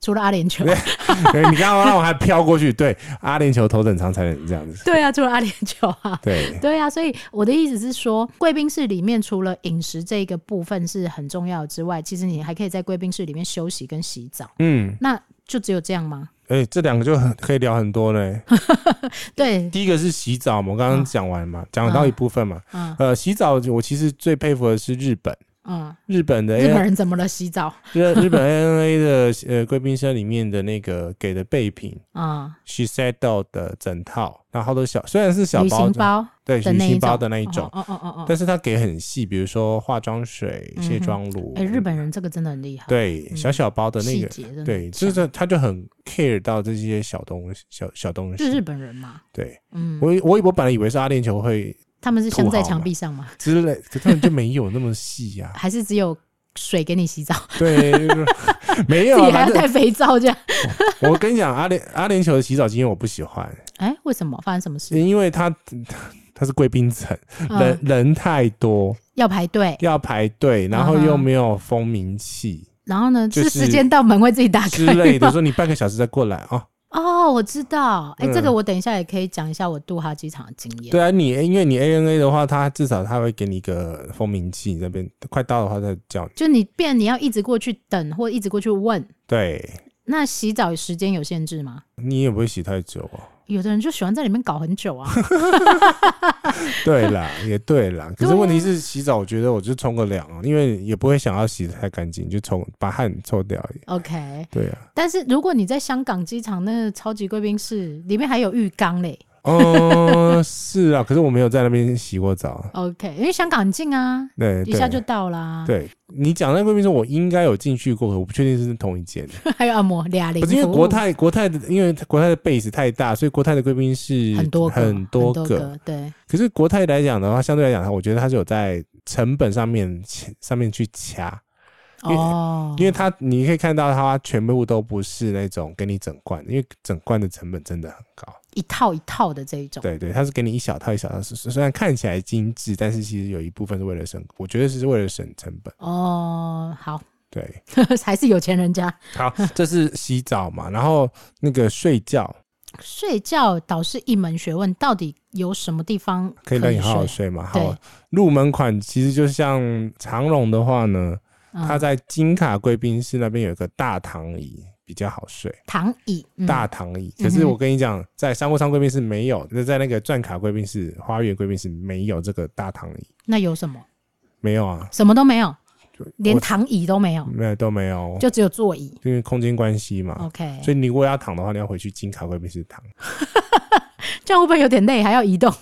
[SPEAKER 1] 除了阿联酋。
[SPEAKER 2] 对哎你刚刚让我还飘过去，对，阿联酋头等舱才能这样 子，
[SPEAKER 1] 对啊，除了阿联酋啊。
[SPEAKER 2] 对，
[SPEAKER 1] 对啊，所以我的意思是说，贵宾室里面除了饮食这个部分是很重要之外，其实你还可以在贵宾室里面休息跟洗澡。
[SPEAKER 2] 嗯，
[SPEAKER 1] 那就只有这样吗？
[SPEAKER 2] 哎、这两个就很可以聊很多嘞。
[SPEAKER 1] 对，
[SPEAKER 2] 第一个是洗澡嘛，我刚刚讲完
[SPEAKER 1] 啊
[SPEAKER 2] 嘛，讲、到一部分嘛，
[SPEAKER 1] 嗯
[SPEAKER 2] 呃，洗澡我其实最佩服的是日本，
[SPEAKER 1] 嗯，
[SPEAKER 2] 日本的
[SPEAKER 1] 日
[SPEAKER 2] A
[SPEAKER 1] 本人怎么了？洗澡
[SPEAKER 2] 日日本 ANA 的呃贵宾室里面的那个给的备品
[SPEAKER 1] 啊、
[SPEAKER 2] s h e s a d o 的整套，然后都小虽然是小
[SPEAKER 1] 旅
[SPEAKER 2] 包
[SPEAKER 1] 行
[SPEAKER 2] 的，
[SPEAKER 1] 包
[SPEAKER 2] 对，
[SPEAKER 1] 的
[SPEAKER 2] 旅
[SPEAKER 1] 那一
[SPEAKER 2] 行
[SPEAKER 1] 种
[SPEAKER 2] 包的那一种，
[SPEAKER 1] 哦哦哦哦，
[SPEAKER 2] 但是它给很细，比如说化妆水、
[SPEAKER 1] 嗯哼
[SPEAKER 2] 卸妆乳，
[SPEAKER 1] 哎、日本人这个真的很厉害，
[SPEAKER 2] 对
[SPEAKER 1] 嗯
[SPEAKER 2] 小小包的那
[SPEAKER 1] 细
[SPEAKER 2] 个。
[SPEAKER 1] 节真的
[SPEAKER 2] 对，
[SPEAKER 1] 很
[SPEAKER 2] 就
[SPEAKER 1] 强，
[SPEAKER 2] 是他就很 care 到这些小东西、小小东
[SPEAKER 1] 是日
[SPEAKER 2] 西。
[SPEAKER 1] 本人嘛，
[SPEAKER 2] 对
[SPEAKER 1] 嗯，
[SPEAKER 2] 我我我本来以为是阿联酋会
[SPEAKER 1] 他们是镶在
[SPEAKER 2] 土豪
[SPEAKER 1] 墙
[SPEAKER 2] 嘛
[SPEAKER 1] 壁上吗？
[SPEAKER 2] 之类，可他们就没有那么细呀、
[SPEAKER 1] 还是只有水给你洗 澡，
[SPEAKER 2] 对， 没有
[SPEAKER 1] 自
[SPEAKER 2] 啊。
[SPEAKER 1] 己还
[SPEAKER 2] 反
[SPEAKER 1] 要
[SPEAKER 2] 正
[SPEAKER 1] 带肥皂这样？
[SPEAKER 2] 我跟你讲，阿联阿联酋的洗澡经验我不喜欢，
[SPEAKER 1] 哎、为什么发生什么事？
[SPEAKER 2] 因为它它是贵宾层，人、
[SPEAKER 1] 嗯，
[SPEAKER 2] 人太多，
[SPEAKER 1] 要排队，
[SPEAKER 2] 要排队，然后
[SPEAKER 1] 嗯哼
[SPEAKER 2] 又没有蜂鸣器
[SPEAKER 1] 然后呢，
[SPEAKER 2] 就是
[SPEAKER 1] 是时间到门会自己打
[SPEAKER 2] 之
[SPEAKER 1] 开
[SPEAKER 2] 类的，
[SPEAKER 1] 吗
[SPEAKER 2] 说你半个小时再过来 哦。
[SPEAKER 1] 哦，我知道，哎、
[SPEAKER 2] 嗯
[SPEAKER 1] 这个我等一下也可以讲一下我杜哈机场的经验。
[SPEAKER 2] 对啊，你因为你 ANA 的话，它至少它会给你一个蜂鸣器，你那边快到的话再叫你。
[SPEAKER 1] 就你变，你要一直过去等，或一直过去问。
[SPEAKER 2] 对，
[SPEAKER 1] 那洗澡时间有限制吗？
[SPEAKER 2] 你也不会洗太久 哦。
[SPEAKER 1] 有的人就喜欢在里面搞很久啊。
[SPEAKER 2] 对啦，也对啦。可
[SPEAKER 1] 对啊
[SPEAKER 2] 是问题是，洗澡我觉得我就冲个凉啊，因为也不会想要洗得太干净，就冲把汗抽掉而已。
[SPEAKER 1] OK，
[SPEAKER 2] 对啊，
[SPEAKER 1] 但是如果你在香港机场那个超级贵宾室里面还有浴缸嘞
[SPEAKER 2] 哦， 是啊，可是我没有在那边洗过澡。
[SPEAKER 1] ，OK，因为香港很近啊，
[SPEAKER 2] 对，
[SPEAKER 1] 一下
[SPEAKER 2] 哎
[SPEAKER 1] 就
[SPEAKER 2] 对
[SPEAKER 1] 到啦。，
[SPEAKER 2] 对你讲那个贵宾室，我应该有进去过，可我不确定是不是同一间。
[SPEAKER 1] 还有按摩俩零
[SPEAKER 2] 不是因为国泰国泰的，因为国泰的 base 太大，所以国泰的贵宾室
[SPEAKER 1] 很多个
[SPEAKER 2] 很
[SPEAKER 1] 很
[SPEAKER 2] 多
[SPEAKER 1] 多
[SPEAKER 2] 个。
[SPEAKER 1] 个，对，
[SPEAKER 2] 可是国泰来讲的话，相对来讲，我觉得它是有在成本上面上面去掐。因为
[SPEAKER 1] 哦，
[SPEAKER 2] 因为它你可以看到它全部都不是那种给你整罐的，因为整罐的成本真的很高。
[SPEAKER 1] 一套一套的这一种，
[SPEAKER 2] 对对，它是给你一小套一小套，虽虽然看起来精致，但是其实有一部分是为了省，我觉得是为了省成本。
[SPEAKER 1] 哦，好，
[SPEAKER 2] 对，
[SPEAKER 1] 还是有钱人家
[SPEAKER 2] 好，这是洗澡嘛，然后那个睡觉
[SPEAKER 1] 睡觉倒是一门学问，到底有什么地方
[SPEAKER 2] 可以让你好好
[SPEAKER 1] 睡？
[SPEAKER 2] 睡嘛。
[SPEAKER 1] 对
[SPEAKER 2] 好，入门款其实就像长荣的话呢，
[SPEAKER 1] 嗯
[SPEAKER 2] 它在金卡贵宾室那边有一个大躺椅。比较好睡，
[SPEAKER 1] 躺椅，嗯
[SPEAKER 2] 大躺椅。
[SPEAKER 1] 嗯
[SPEAKER 2] 可是
[SPEAKER 1] 嗯哼
[SPEAKER 2] 我跟你讲，在商务舱贵宾室没有，那在那个钻卡贵宾室、花园贵宾室没有这个大躺椅，
[SPEAKER 1] 那有什么？
[SPEAKER 2] 没有啊，
[SPEAKER 1] 什么都没有，连
[SPEAKER 2] 我嗯
[SPEAKER 1] 躺椅都没有，
[SPEAKER 2] 没有都没有，
[SPEAKER 1] 哦就只哦有座椅。
[SPEAKER 2] 因为空间关系嘛。
[SPEAKER 1] OK，
[SPEAKER 2] 啊所以你如果要躺的话，你要回去金卡贵宾室 躺。
[SPEAKER 1] 这样会不会有点累？还要移动，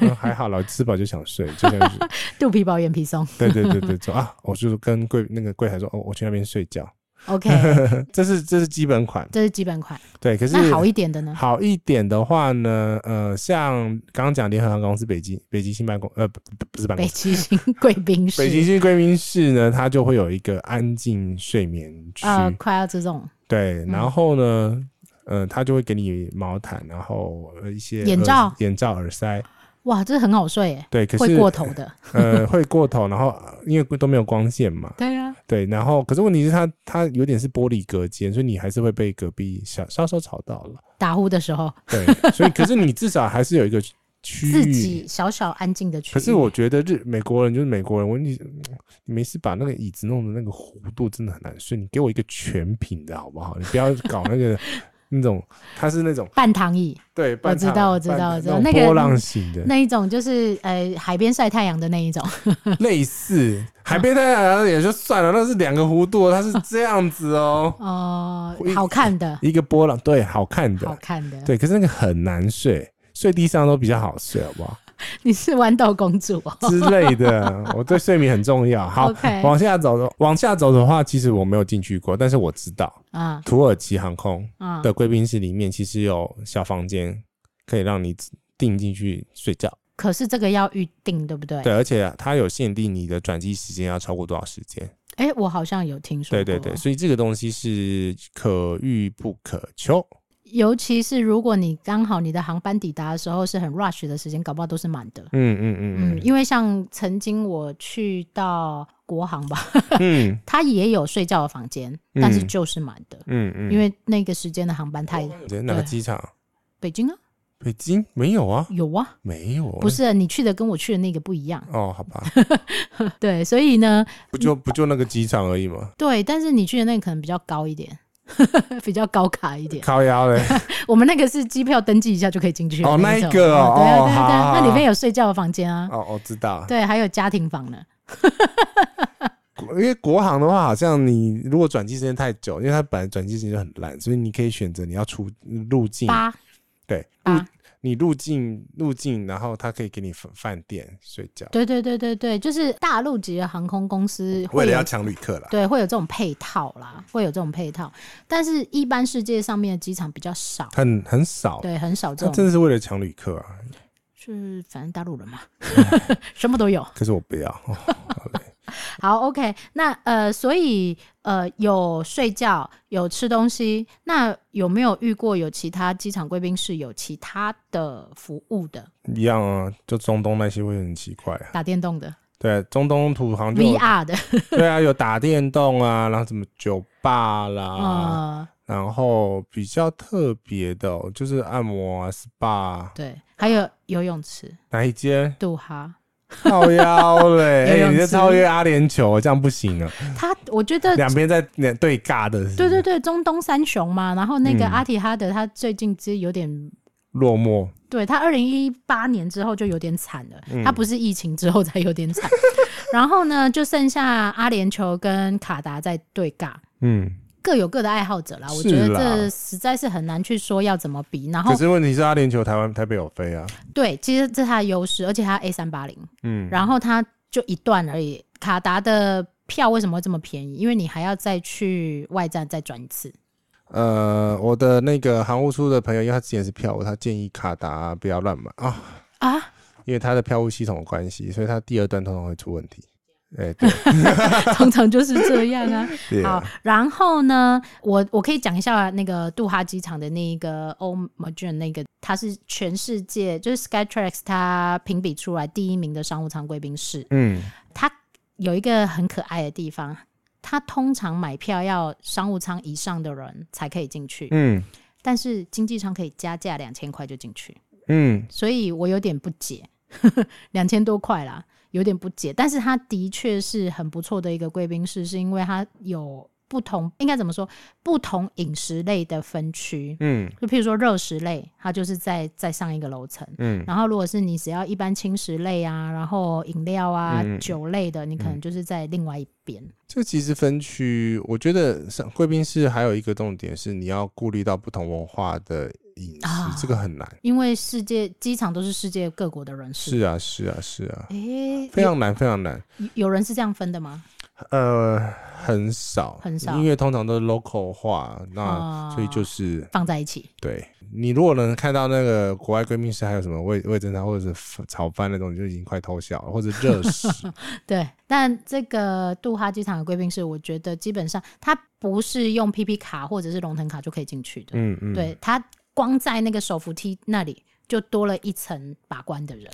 [SPEAKER 2] 嗯还好了，吃饱就想睡，就像是
[SPEAKER 1] 肚皮薄，眼皮松。
[SPEAKER 2] 对对对对，说啊，我就是跟柜那个柜台说，哦，我去那边睡觉。
[SPEAKER 1] OK，
[SPEAKER 2] 这是这是基本款，
[SPEAKER 1] 这是基本款。
[SPEAKER 2] 对。可是
[SPEAKER 1] 那好一点的呢？
[SPEAKER 2] 好一点的话呢，呃，像刚刚讲联合航空公司北京北极星办公，呃，不不不是办公
[SPEAKER 1] 北
[SPEAKER 2] 室，
[SPEAKER 1] 极星贵宾
[SPEAKER 2] 北极
[SPEAKER 1] 室，
[SPEAKER 2] 星贵宾室呢，它就会有一个安静睡眠区，
[SPEAKER 1] 呃，快要这种
[SPEAKER 2] 对，然后呢，呃，它就会给你毛毯，然后呃一些
[SPEAKER 1] 眼
[SPEAKER 2] 耳
[SPEAKER 1] 罩
[SPEAKER 2] 眼罩、耳塞，
[SPEAKER 1] 哇，这很好睡耶，
[SPEAKER 2] 对，可是
[SPEAKER 1] 会过头的。
[SPEAKER 2] 呃会过头，然后呃因为都没有光线嘛，
[SPEAKER 1] 对啊，
[SPEAKER 2] 对，然后可是问题是它它有点是玻璃隔间，所以你还是会被隔壁小稍稍吵到了。
[SPEAKER 1] 打呼的时候，
[SPEAKER 2] 对，所以可是你至少还是有一个区
[SPEAKER 1] 自己
[SPEAKER 2] 域。
[SPEAKER 1] 小小安静的区域。
[SPEAKER 2] 可是我觉得日美国人就是美国人，我你你没事把那个椅子弄的那个弧度真的很难睡。你给我一个全平的好不好？你不要搞那个那种，它是那种
[SPEAKER 1] 半躺椅
[SPEAKER 2] 对，半
[SPEAKER 1] 知
[SPEAKER 2] 躺
[SPEAKER 1] 道我知
[SPEAKER 2] 半
[SPEAKER 1] 道
[SPEAKER 2] 躺
[SPEAKER 1] 我知道
[SPEAKER 2] 那
[SPEAKER 1] 那
[SPEAKER 2] 种
[SPEAKER 1] 个
[SPEAKER 2] 波浪形的，
[SPEAKER 1] 那一种，就是呃海边晒太阳的那一啊种，，
[SPEAKER 2] 类似海边太阳也就算了，那是两个弧度，哦它是这样子哦
[SPEAKER 1] 哦
[SPEAKER 2] 会，
[SPEAKER 1] 好看的，
[SPEAKER 2] 一个波浪，对，好看的
[SPEAKER 1] 好，看的。
[SPEAKER 2] 对，可是那个很难睡，睡地上都比较好睡，好不好？
[SPEAKER 1] 你是豌豆公主 哦。
[SPEAKER 2] 之类的，我对睡眠很重要。好
[SPEAKER 1] OK
[SPEAKER 2] 往下走的，往下走的话，其实我没有进去过，但是我知道
[SPEAKER 1] 啊
[SPEAKER 2] 土耳其航空
[SPEAKER 1] 啊
[SPEAKER 2] 的贵宾室里面其实有小房间，可以让你订进去睡觉。
[SPEAKER 1] 可是这个要预定，对不对？
[SPEAKER 2] 对，而且、啊、它有限定你的转机时间要超过多少时间。
[SPEAKER 1] 哎、我好像有听说
[SPEAKER 2] 对
[SPEAKER 1] 过。
[SPEAKER 2] 对对，所以这个东西是可遇不可求。
[SPEAKER 1] 尤其是如果你刚好你的航班抵达的时候是很 rush 的时间，搞不好都是满的。
[SPEAKER 2] 嗯嗯嗯
[SPEAKER 1] 嗯，因为像曾经我去到国航吧，
[SPEAKER 2] 嗯
[SPEAKER 1] 它也有睡觉的房间，但是
[SPEAKER 2] 嗯
[SPEAKER 1] 就是满的，
[SPEAKER 2] 嗯嗯，哦
[SPEAKER 1] 因为那个时间的航班太
[SPEAKER 2] 在哪个
[SPEAKER 1] 对
[SPEAKER 2] 机场？
[SPEAKER 1] 北京啊，
[SPEAKER 2] 北京没有啊，
[SPEAKER 1] 有啊，
[SPEAKER 2] 没有，
[SPEAKER 1] 不是你去的跟我去的那个不一样，
[SPEAKER 2] 哦，好吧，
[SPEAKER 1] 对，所以呢，
[SPEAKER 2] 不就不就那个机场而已嘛，
[SPEAKER 1] 对，但是你去的那个可能比较高一点。 比较高卡一点，
[SPEAKER 2] 靠腰嘞，
[SPEAKER 1] 我们那个是机票登记一下就可以进去的
[SPEAKER 2] 哦
[SPEAKER 1] 那一
[SPEAKER 2] 那
[SPEAKER 1] 种
[SPEAKER 2] 一个哦
[SPEAKER 1] 对啊对
[SPEAKER 2] 哦
[SPEAKER 1] 啊对
[SPEAKER 2] 好
[SPEAKER 1] 啊，
[SPEAKER 2] 好
[SPEAKER 1] 那里面有睡觉的房间啊，
[SPEAKER 2] 哦，我知道，
[SPEAKER 1] 对，还有家庭房呢，
[SPEAKER 2] 因为国航的话，好像你如果转机时间太久，因为它本来转机时间就很烂，所以你可以选择你要出入境，
[SPEAKER 1] 八
[SPEAKER 2] 对，入
[SPEAKER 1] 八
[SPEAKER 2] 你入境入境，然后它可以给你饭饭店睡觉，
[SPEAKER 1] 对对对对对，就是大陆级的航空公司会
[SPEAKER 2] 哦为了
[SPEAKER 1] 有
[SPEAKER 2] 要抢旅客啦。
[SPEAKER 1] 对会有这种配套啦，会有这种配套，但是一般世界上面的机场比较少，
[SPEAKER 2] 很很少，
[SPEAKER 1] 对，很少这
[SPEAKER 2] 他
[SPEAKER 1] 种，
[SPEAKER 2] 真的是为了抢旅客啊！
[SPEAKER 1] 是反正大陆人嘛，
[SPEAKER 2] 嗯
[SPEAKER 1] 什么都有。
[SPEAKER 2] 可是我不要，哦好嘞
[SPEAKER 1] 好，OK，那呃，所以呃，有睡觉，有吃东西，那有没有遇过有其他机场贵宾室有其他的服务的，
[SPEAKER 2] 一样啊，就中东那些会很奇怪啊。
[SPEAKER 1] 打电动的、
[SPEAKER 2] 对，中东土航就有
[SPEAKER 1] VR 的，
[SPEAKER 2] 对啊，有打电动啊，然后什么酒吧啦，
[SPEAKER 1] 呃，
[SPEAKER 2] 然后比较特别的哦、就是按摩啊、SPA 啊
[SPEAKER 1] 对，还有游泳池、
[SPEAKER 2] 哪一间
[SPEAKER 1] 杜哈，
[SPEAKER 2] 靠腰 嘞？
[SPEAKER 1] 游
[SPEAKER 2] 哎、
[SPEAKER 1] 泳
[SPEAKER 2] 你在
[SPEAKER 1] 池
[SPEAKER 2] 超越阿联酋，这样不 行啊！
[SPEAKER 1] 他我觉得
[SPEAKER 2] 两边在两对尬的，
[SPEAKER 1] 对对，对，中东三雄嘛，然后那个
[SPEAKER 2] 嗯
[SPEAKER 1] 阿提哈德他最近其实有点。
[SPEAKER 2] 落寞。
[SPEAKER 1] 对他，二零一八年之后就有点惨了，
[SPEAKER 2] 嗯
[SPEAKER 1] 他不是疫情之后才有点惨。 然后呢，就剩下阿联酋跟卡达在对尬，
[SPEAKER 2] 嗯，
[SPEAKER 1] 各有各的爱好者啦。我
[SPEAKER 2] 是
[SPEAKER 1] 觉得
[SPEAKER 2] 啦
[SPEAKER 1] 这实在是很难去说要怎么比。然后
[SPEAKER 2] 可是问题是阿联酋台湾台北有飞啊，
[SPEAKER 1] 对，其实这是他的优势，而且他 A 三八零，
[SPEAKER 2] 嗯，
[SPEAKER 1] 然后他就一段而已。卡达的票为什么会这么便宜？因为你还要再去外站再转一次。
[SPEAKER 2] 呃，我的那个航务处的朋友，因为他之前是票务，他建议卡达不要乱买啊，
[SPEAKER 1] 啊，
[SPEAKER 2] 因为他的票务系统有关系，所以他第二段通常会出问题。哎、对
[SPEAKER 1] 通常就是这样啊。
[SPEAKER 2] 对啊
[SPEAKER 1] 好，，然后呢，我我可以讲一下那个杜哈机场的那一个 o m a g n 那个，它是全世界就是 Skytrax 它评比出来第一名的商务舱贵宾室，
[SPEAKER 2] 嗯，
[SPEAKER 1] 它有一个很可爱的地方。它通常买票要商务舱以上的人才可以进去，
[SPEAKER 2] 嗯
[SPEAKER 1] 但是经济舱可以加价两千块就进去，
[SPEAKER 2] 嗯，
[SPEAKER 1] 所以我有点不解， 两千多块啦，有点不解。但是它的确是很不错的一个贵宾室，是因为它有不同，应该怎么说，不同饮食类的分区。
[SPEAKER 2] 嗯
[SPEAKER 1] 就譬如说热食类，它就是在在上一个楼层。
[SPEAKER 2] 嗯
[SPEAKER 1] 然后，如果是你只要一般轻食类啊，然后饮料啊、
[SPEAKER 2] 嗯
[SPEAKER 1] 酒类的，你可能就是在另外一边。
[SPEAKER 2] 这其实分区，我觉得上贵宾室还有一个重点是你要顾虑到不同文化的饮食，
[SPEAKER 1] 啊
[SPEAKER 2] 这个很难。
[SPEAKER 1] 因为世界机场都是世界各国的人士。
[SPEAKER 2] 是啊，是啊，是啊，
[SPEAKER 1] 诶，
[SPEAKER 2] 非常难，非常难。
[SPEAKER 1] 有有人是这样分的吗？
[SPEAKER 2] 呃，很少，
[SPEAKER 1] 很少
[SPEAKER 2] 因为通常都是 local 化，那、
[SPEAKER 1] 啊
[SPEAKER 2] 所以就是
[SPEAKER 1] 放在一起。
[SPEAKER 2] 对你如果能看到那个国外闺蜜是还有什么味味噌汤或者是炒饭那种，你就已经快偷笑了，或者热 食，
[SPEAKER 1] 对，但这个杜哈机场的贵宾室，我觉得基本上它不是用 PP 卡或者是龙腾卡就可以进去的，
[SPEAKER 2] 嗯嗯，
[SPEAKER 1] 对，它光在那个手扶梯那里就多了一层把关的人，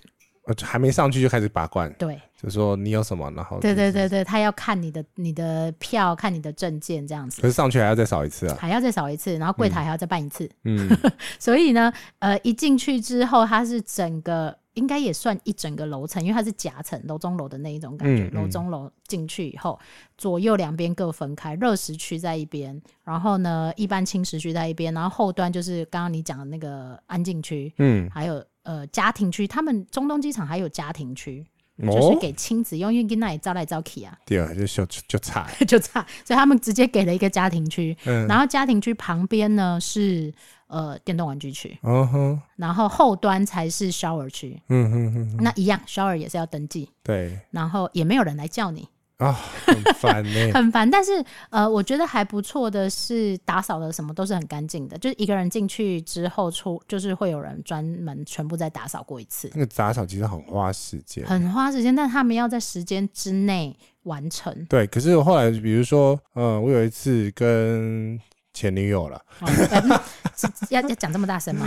[SPEAKER 2] 呃，就还没上去就开始拔罐，
[SPEAKER 1] 对，
[SPEAKER 2] 就说你有什么，然后
[SPEAKER 1] 对对
[SPEAKER 2] 哦就是
[SPEAKER 1] 对，对，他要看你的你的票，看你的证件这样子
[SPEAKER 2] 可。是上去还要再扫一次啊，
[SPEAKER 1] 还要再扫一次，然后柜台还要再办一次，
[SPEAKER 2] 嗯
[SPEAKER 1] 所以呢，呃，一进去之后，它是整个应该也算一整个楼层，因为它是夹层楼中楼的那一种感觉
[SPEAKER 2] 嗯，嗯
[SPEAKER 1] 楼、中楼进去以后，左右两边各分开，热食区在一边，然后呢，一般轻食区在一边，然后后端就是刚刚你讲的那个安静区，
[SPEAKER 2] 嗯，
[SPEAKER 1] 还有呃家庭区，他们中东机场还有家庭区，就是
[SPEAKER 2] 哦，
[SPEAKER 1] 给亲子用，因为跟那里招来招去啊，
[SPEAKER 2] 对啊，就就就差，
[SPEAKER 1] 就这样，所以他们直接给了一个家庭区，
[SPEAKER 2] 嗯，
[SPEAKER 1] 然后家庭区旁边呢是呃电动玩具区。
[SPEAKER 2] 嗯哼，
[SPEAKER 1] 然后后端才是 shower 区，
[SPEAKER 2] 嗯哼哼，
[SPEAKER 1] 那一样 shower 也是要登记，
[SPEAKER 2] 对，
[SPEAKER 1] 然后也没有人来叫你，
[SPEAKER 2] 啊，很烦 呢、
[SPEAKER 1] 很烦，但是呃，我觉得还不错的是打扫的什么都是很干净的，就是一个人进去之后出，就是会有人专门全部再打扫过一次，
[SPEAKER 2] 那个杂草其实很花时间。
[SPEAKER 1] 很花时间，但他们要在时间之内完成。
[SPEAKER 2] 对，可是我后来比如说，呃，我有一次跟前女友 了，
[SPEAKER 1] 哦呃这要要讲这么大声吗？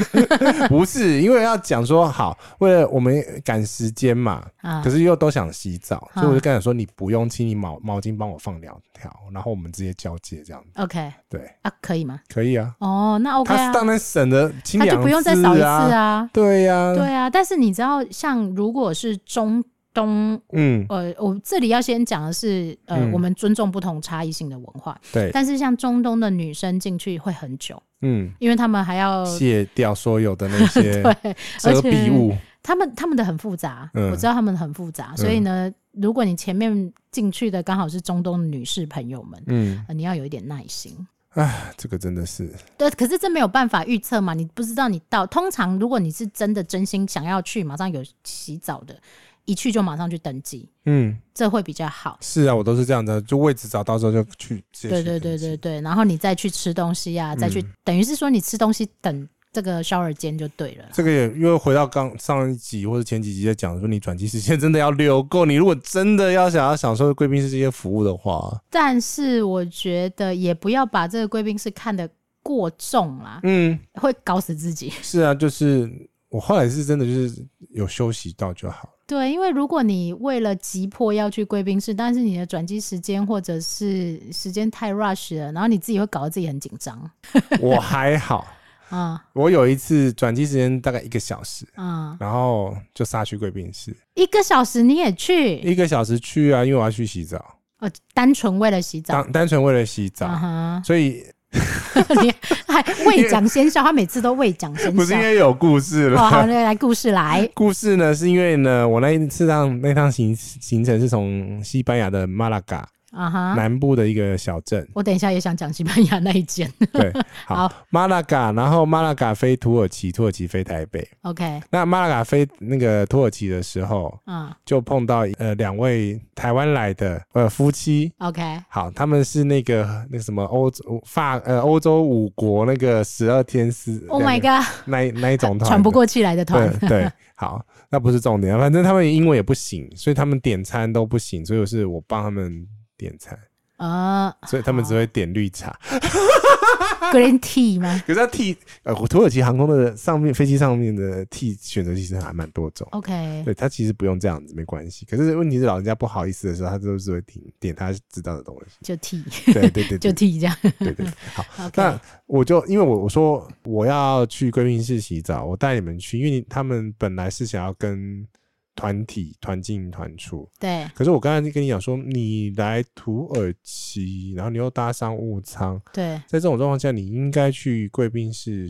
[SPEAKER 2] 不是因为要讲说好，为了我们赶时间嘛，
[SPEAKER 1] 啊
[SPEAKER 2] 可，是又都想洗澡，
[SPEAKER 1] 嗯
[SPEAKER 2] 所以我就跟她说，你不用清，你毛毛巾帮我放两条，然后我们直接交接这样，
[SPEAKER 1] OK
[SPEAKER 2] 对，
[SPEAKER 1] 啊，可以吗？
[SPEAKER 2] 可以啊。
[SPEAKER 1] 哦，那 OK
[SPEAKER 2] 他
[SPEAKER 1] 啊，
[SPEAKER 2] 当然省得清
[SPEAKER 1] 他
[SPEAKER 2] 凉、
[SPEAKER 1] 就不用再扫一次。啊。
[SPEAKER 2] 对呀、
[SPEAKER 1] 对啊，但是你知道，像如果是中东，
[SPEAKER 2] 嗯，
[SPEAKER 1] 呃，我这里要先讲的是，呃，
[SPEAKER 2] 嗯
[SPEAKER 1] 我们尊重不同差异性的文化，
[SPEAKER 2] 对，
[SPEAKER 1] 但是像中东的女生进去会很久，
[SPEAKER 2] 嗯，
[SPEAKER 1] 因为他们还要
[SPEAKER 2] 卸掉所有的那些
[SPEAKER 1] 呃对，
[SPEAKER 2] 遮
[SPEAKER 1] 而且
[SPEAKER 2] 蔽物，
[SPEAKER 1] 他们他们的很复杂，
[SPEAKER 2] 嗯
[SPEAKER 1] 我知道他们很复杂，所以呢，如果你前面进去的刚好是中东的女士朋友们。
[SPEAKER 2] 嗯，
[SPEAKER 1] 呃你要有一点耐心，
[SPEAKER 2] 这个真的是，
[SPEAKER 1] 对，可是这没有办法预测嘛，你不知道你到。通常如果你是真的真心想要去，马上有洗澡的，一去就马上去登记，
[SPEAKER 2] 嗯，
[SPEAKER 1] 这会比较好。
[SPEAKER 2] 是啊，我都是这样的，就位置找到时候就去，直接
[SPEAKER 1] 对对
[SPEAKER 2] 去登
[SPEAKER 1] 对对
[SPEAKER 2] 记，嗯
[SPEAKER 1] 对，然后你再去吃东西啊，再去、等于是说你吃东西等这个 shower 间就对了啦。
[SPEAKER 2] 这个也因为回到刚上一集或者前几集在讲说，你转机时间真的要留够，你如果真的要想要享受贵宾室这些服务的话，
[SPEAKER 1] 但是我觉得也不要把这个贵宾室看得过重啦，
[SPEAKER 2] 嗯，
[SPEAKER 1] 会搞死自己。
[SPEAKER 2] 是啊，就是我后来是真的就是有休息到就好。
[SPEAKER 1] 对，因为如果你为了急迫要去贵宾室，但是你的转机时间或者是时间太 rush 了，然后你自己会搞得自己很紧张。
[SPEAKER 2] 我还好，
[SPEAKER 1] 啊
[SPEAKER 2] 我有一次转机时间大概一个小时，
[SPEAKER 1] 啊、
[SPEAKER 2] 然后就杀去贵宾室，
[SPEAKER 1] 一个小时你也去？
[SPEAKER 2] 一个小时去啊，因为我要去洗澡，
[SPEAKER 1] 哦，单纯为了洗澡。
[SPEAKER 2] 单单纯为了洗澡，
[SPEAKER 1] 啊
[SPEAKER 2] 所以
[SPEAKER 1] 哈， 你还未讲先笑，他每次都未讲先
[SPEAKER 2] 不是
[SPEAKER 1] 笑
[SPEAKER 2] 因。为有故事
[SPEAKER 1] 哦，好，
[SPEAKER 2] 了。
[SPEAKER 1] 来来故事来。
[SPEAKER 2] 故事呢，是因为呢，我那一次趟那趟行行程是从西班牙的马拉嘎
[SPEAKER 1] 啊哈，
[SPEAKER 2] 南部的一个小镇，
[SPEAKER 1] 我等一下也想讲西班牙那一间。
[SPEAKER 2] 对，好，马拉嘎，然后马拉嘎飞土耳其，土耳其飞台北。
[SPEAKER 1] OK，
[SPEAKER 2] 那马拉嘎飞那个土耳其的时候，
[SPEAKER 1] 嗯
[SPEAKER 2] 就碰到呃两位台湾来的呃夫妻，
[SPEAKER 1] ，OK，
[SPEAKER 2] 好，他们是那个那个什么欧洲法呃欧洲五国那个十二天使
[SPEAKER 1] Oh my god，
[SPEAKER 2] 那一那一种团的
[SPEAKER 1] 喘不过气来的团。
[SPEAKER 2] 对对，好，那不是重点，啊反正他们英文也不行，所以他们点餐都不行，所以我是我帮他们点餐，
[SPEAKER 1] 呃
[SPEAKER 2] 所以他们只会点绿茶。
[SPEAKER 1] ，Green Tea 吗
[SPEAKER 2] 哦可是他 T 呃土耳其航空的上面飞机上面的 T 选择其实还蛮多种。
[SPEAKER 1] ？OK，
[SPEAKER 2] 对他其实不用这样子，没关系。可是问题是，老人家不好意思的时候，他都是会点点他知道的东 西。
[SPEAKER 1] 就 Tea，
[SPEAKER 2] 对对对
[SPEAKER 1] 就
[SPEAKER 2] 对
[SPEAKER 1] Tea 这 样。
[SPEAKER 2] 对对。好，
[SPEAKER 1] OK，
[SPEAKER 2] 那我就因为我我说我要去贵宾室洗澡，我带你们去，因为你他们本来是想要跟团体团进团出，
[SPEAKER 1] 对
[SPEAKER 2] 可是我刚才跟你讲说，你来土耳其，然后你又搭商务舱，
[SPEAKER 1] 对
[SPEAKER 2] 在这种状况下，你应该去贵宾室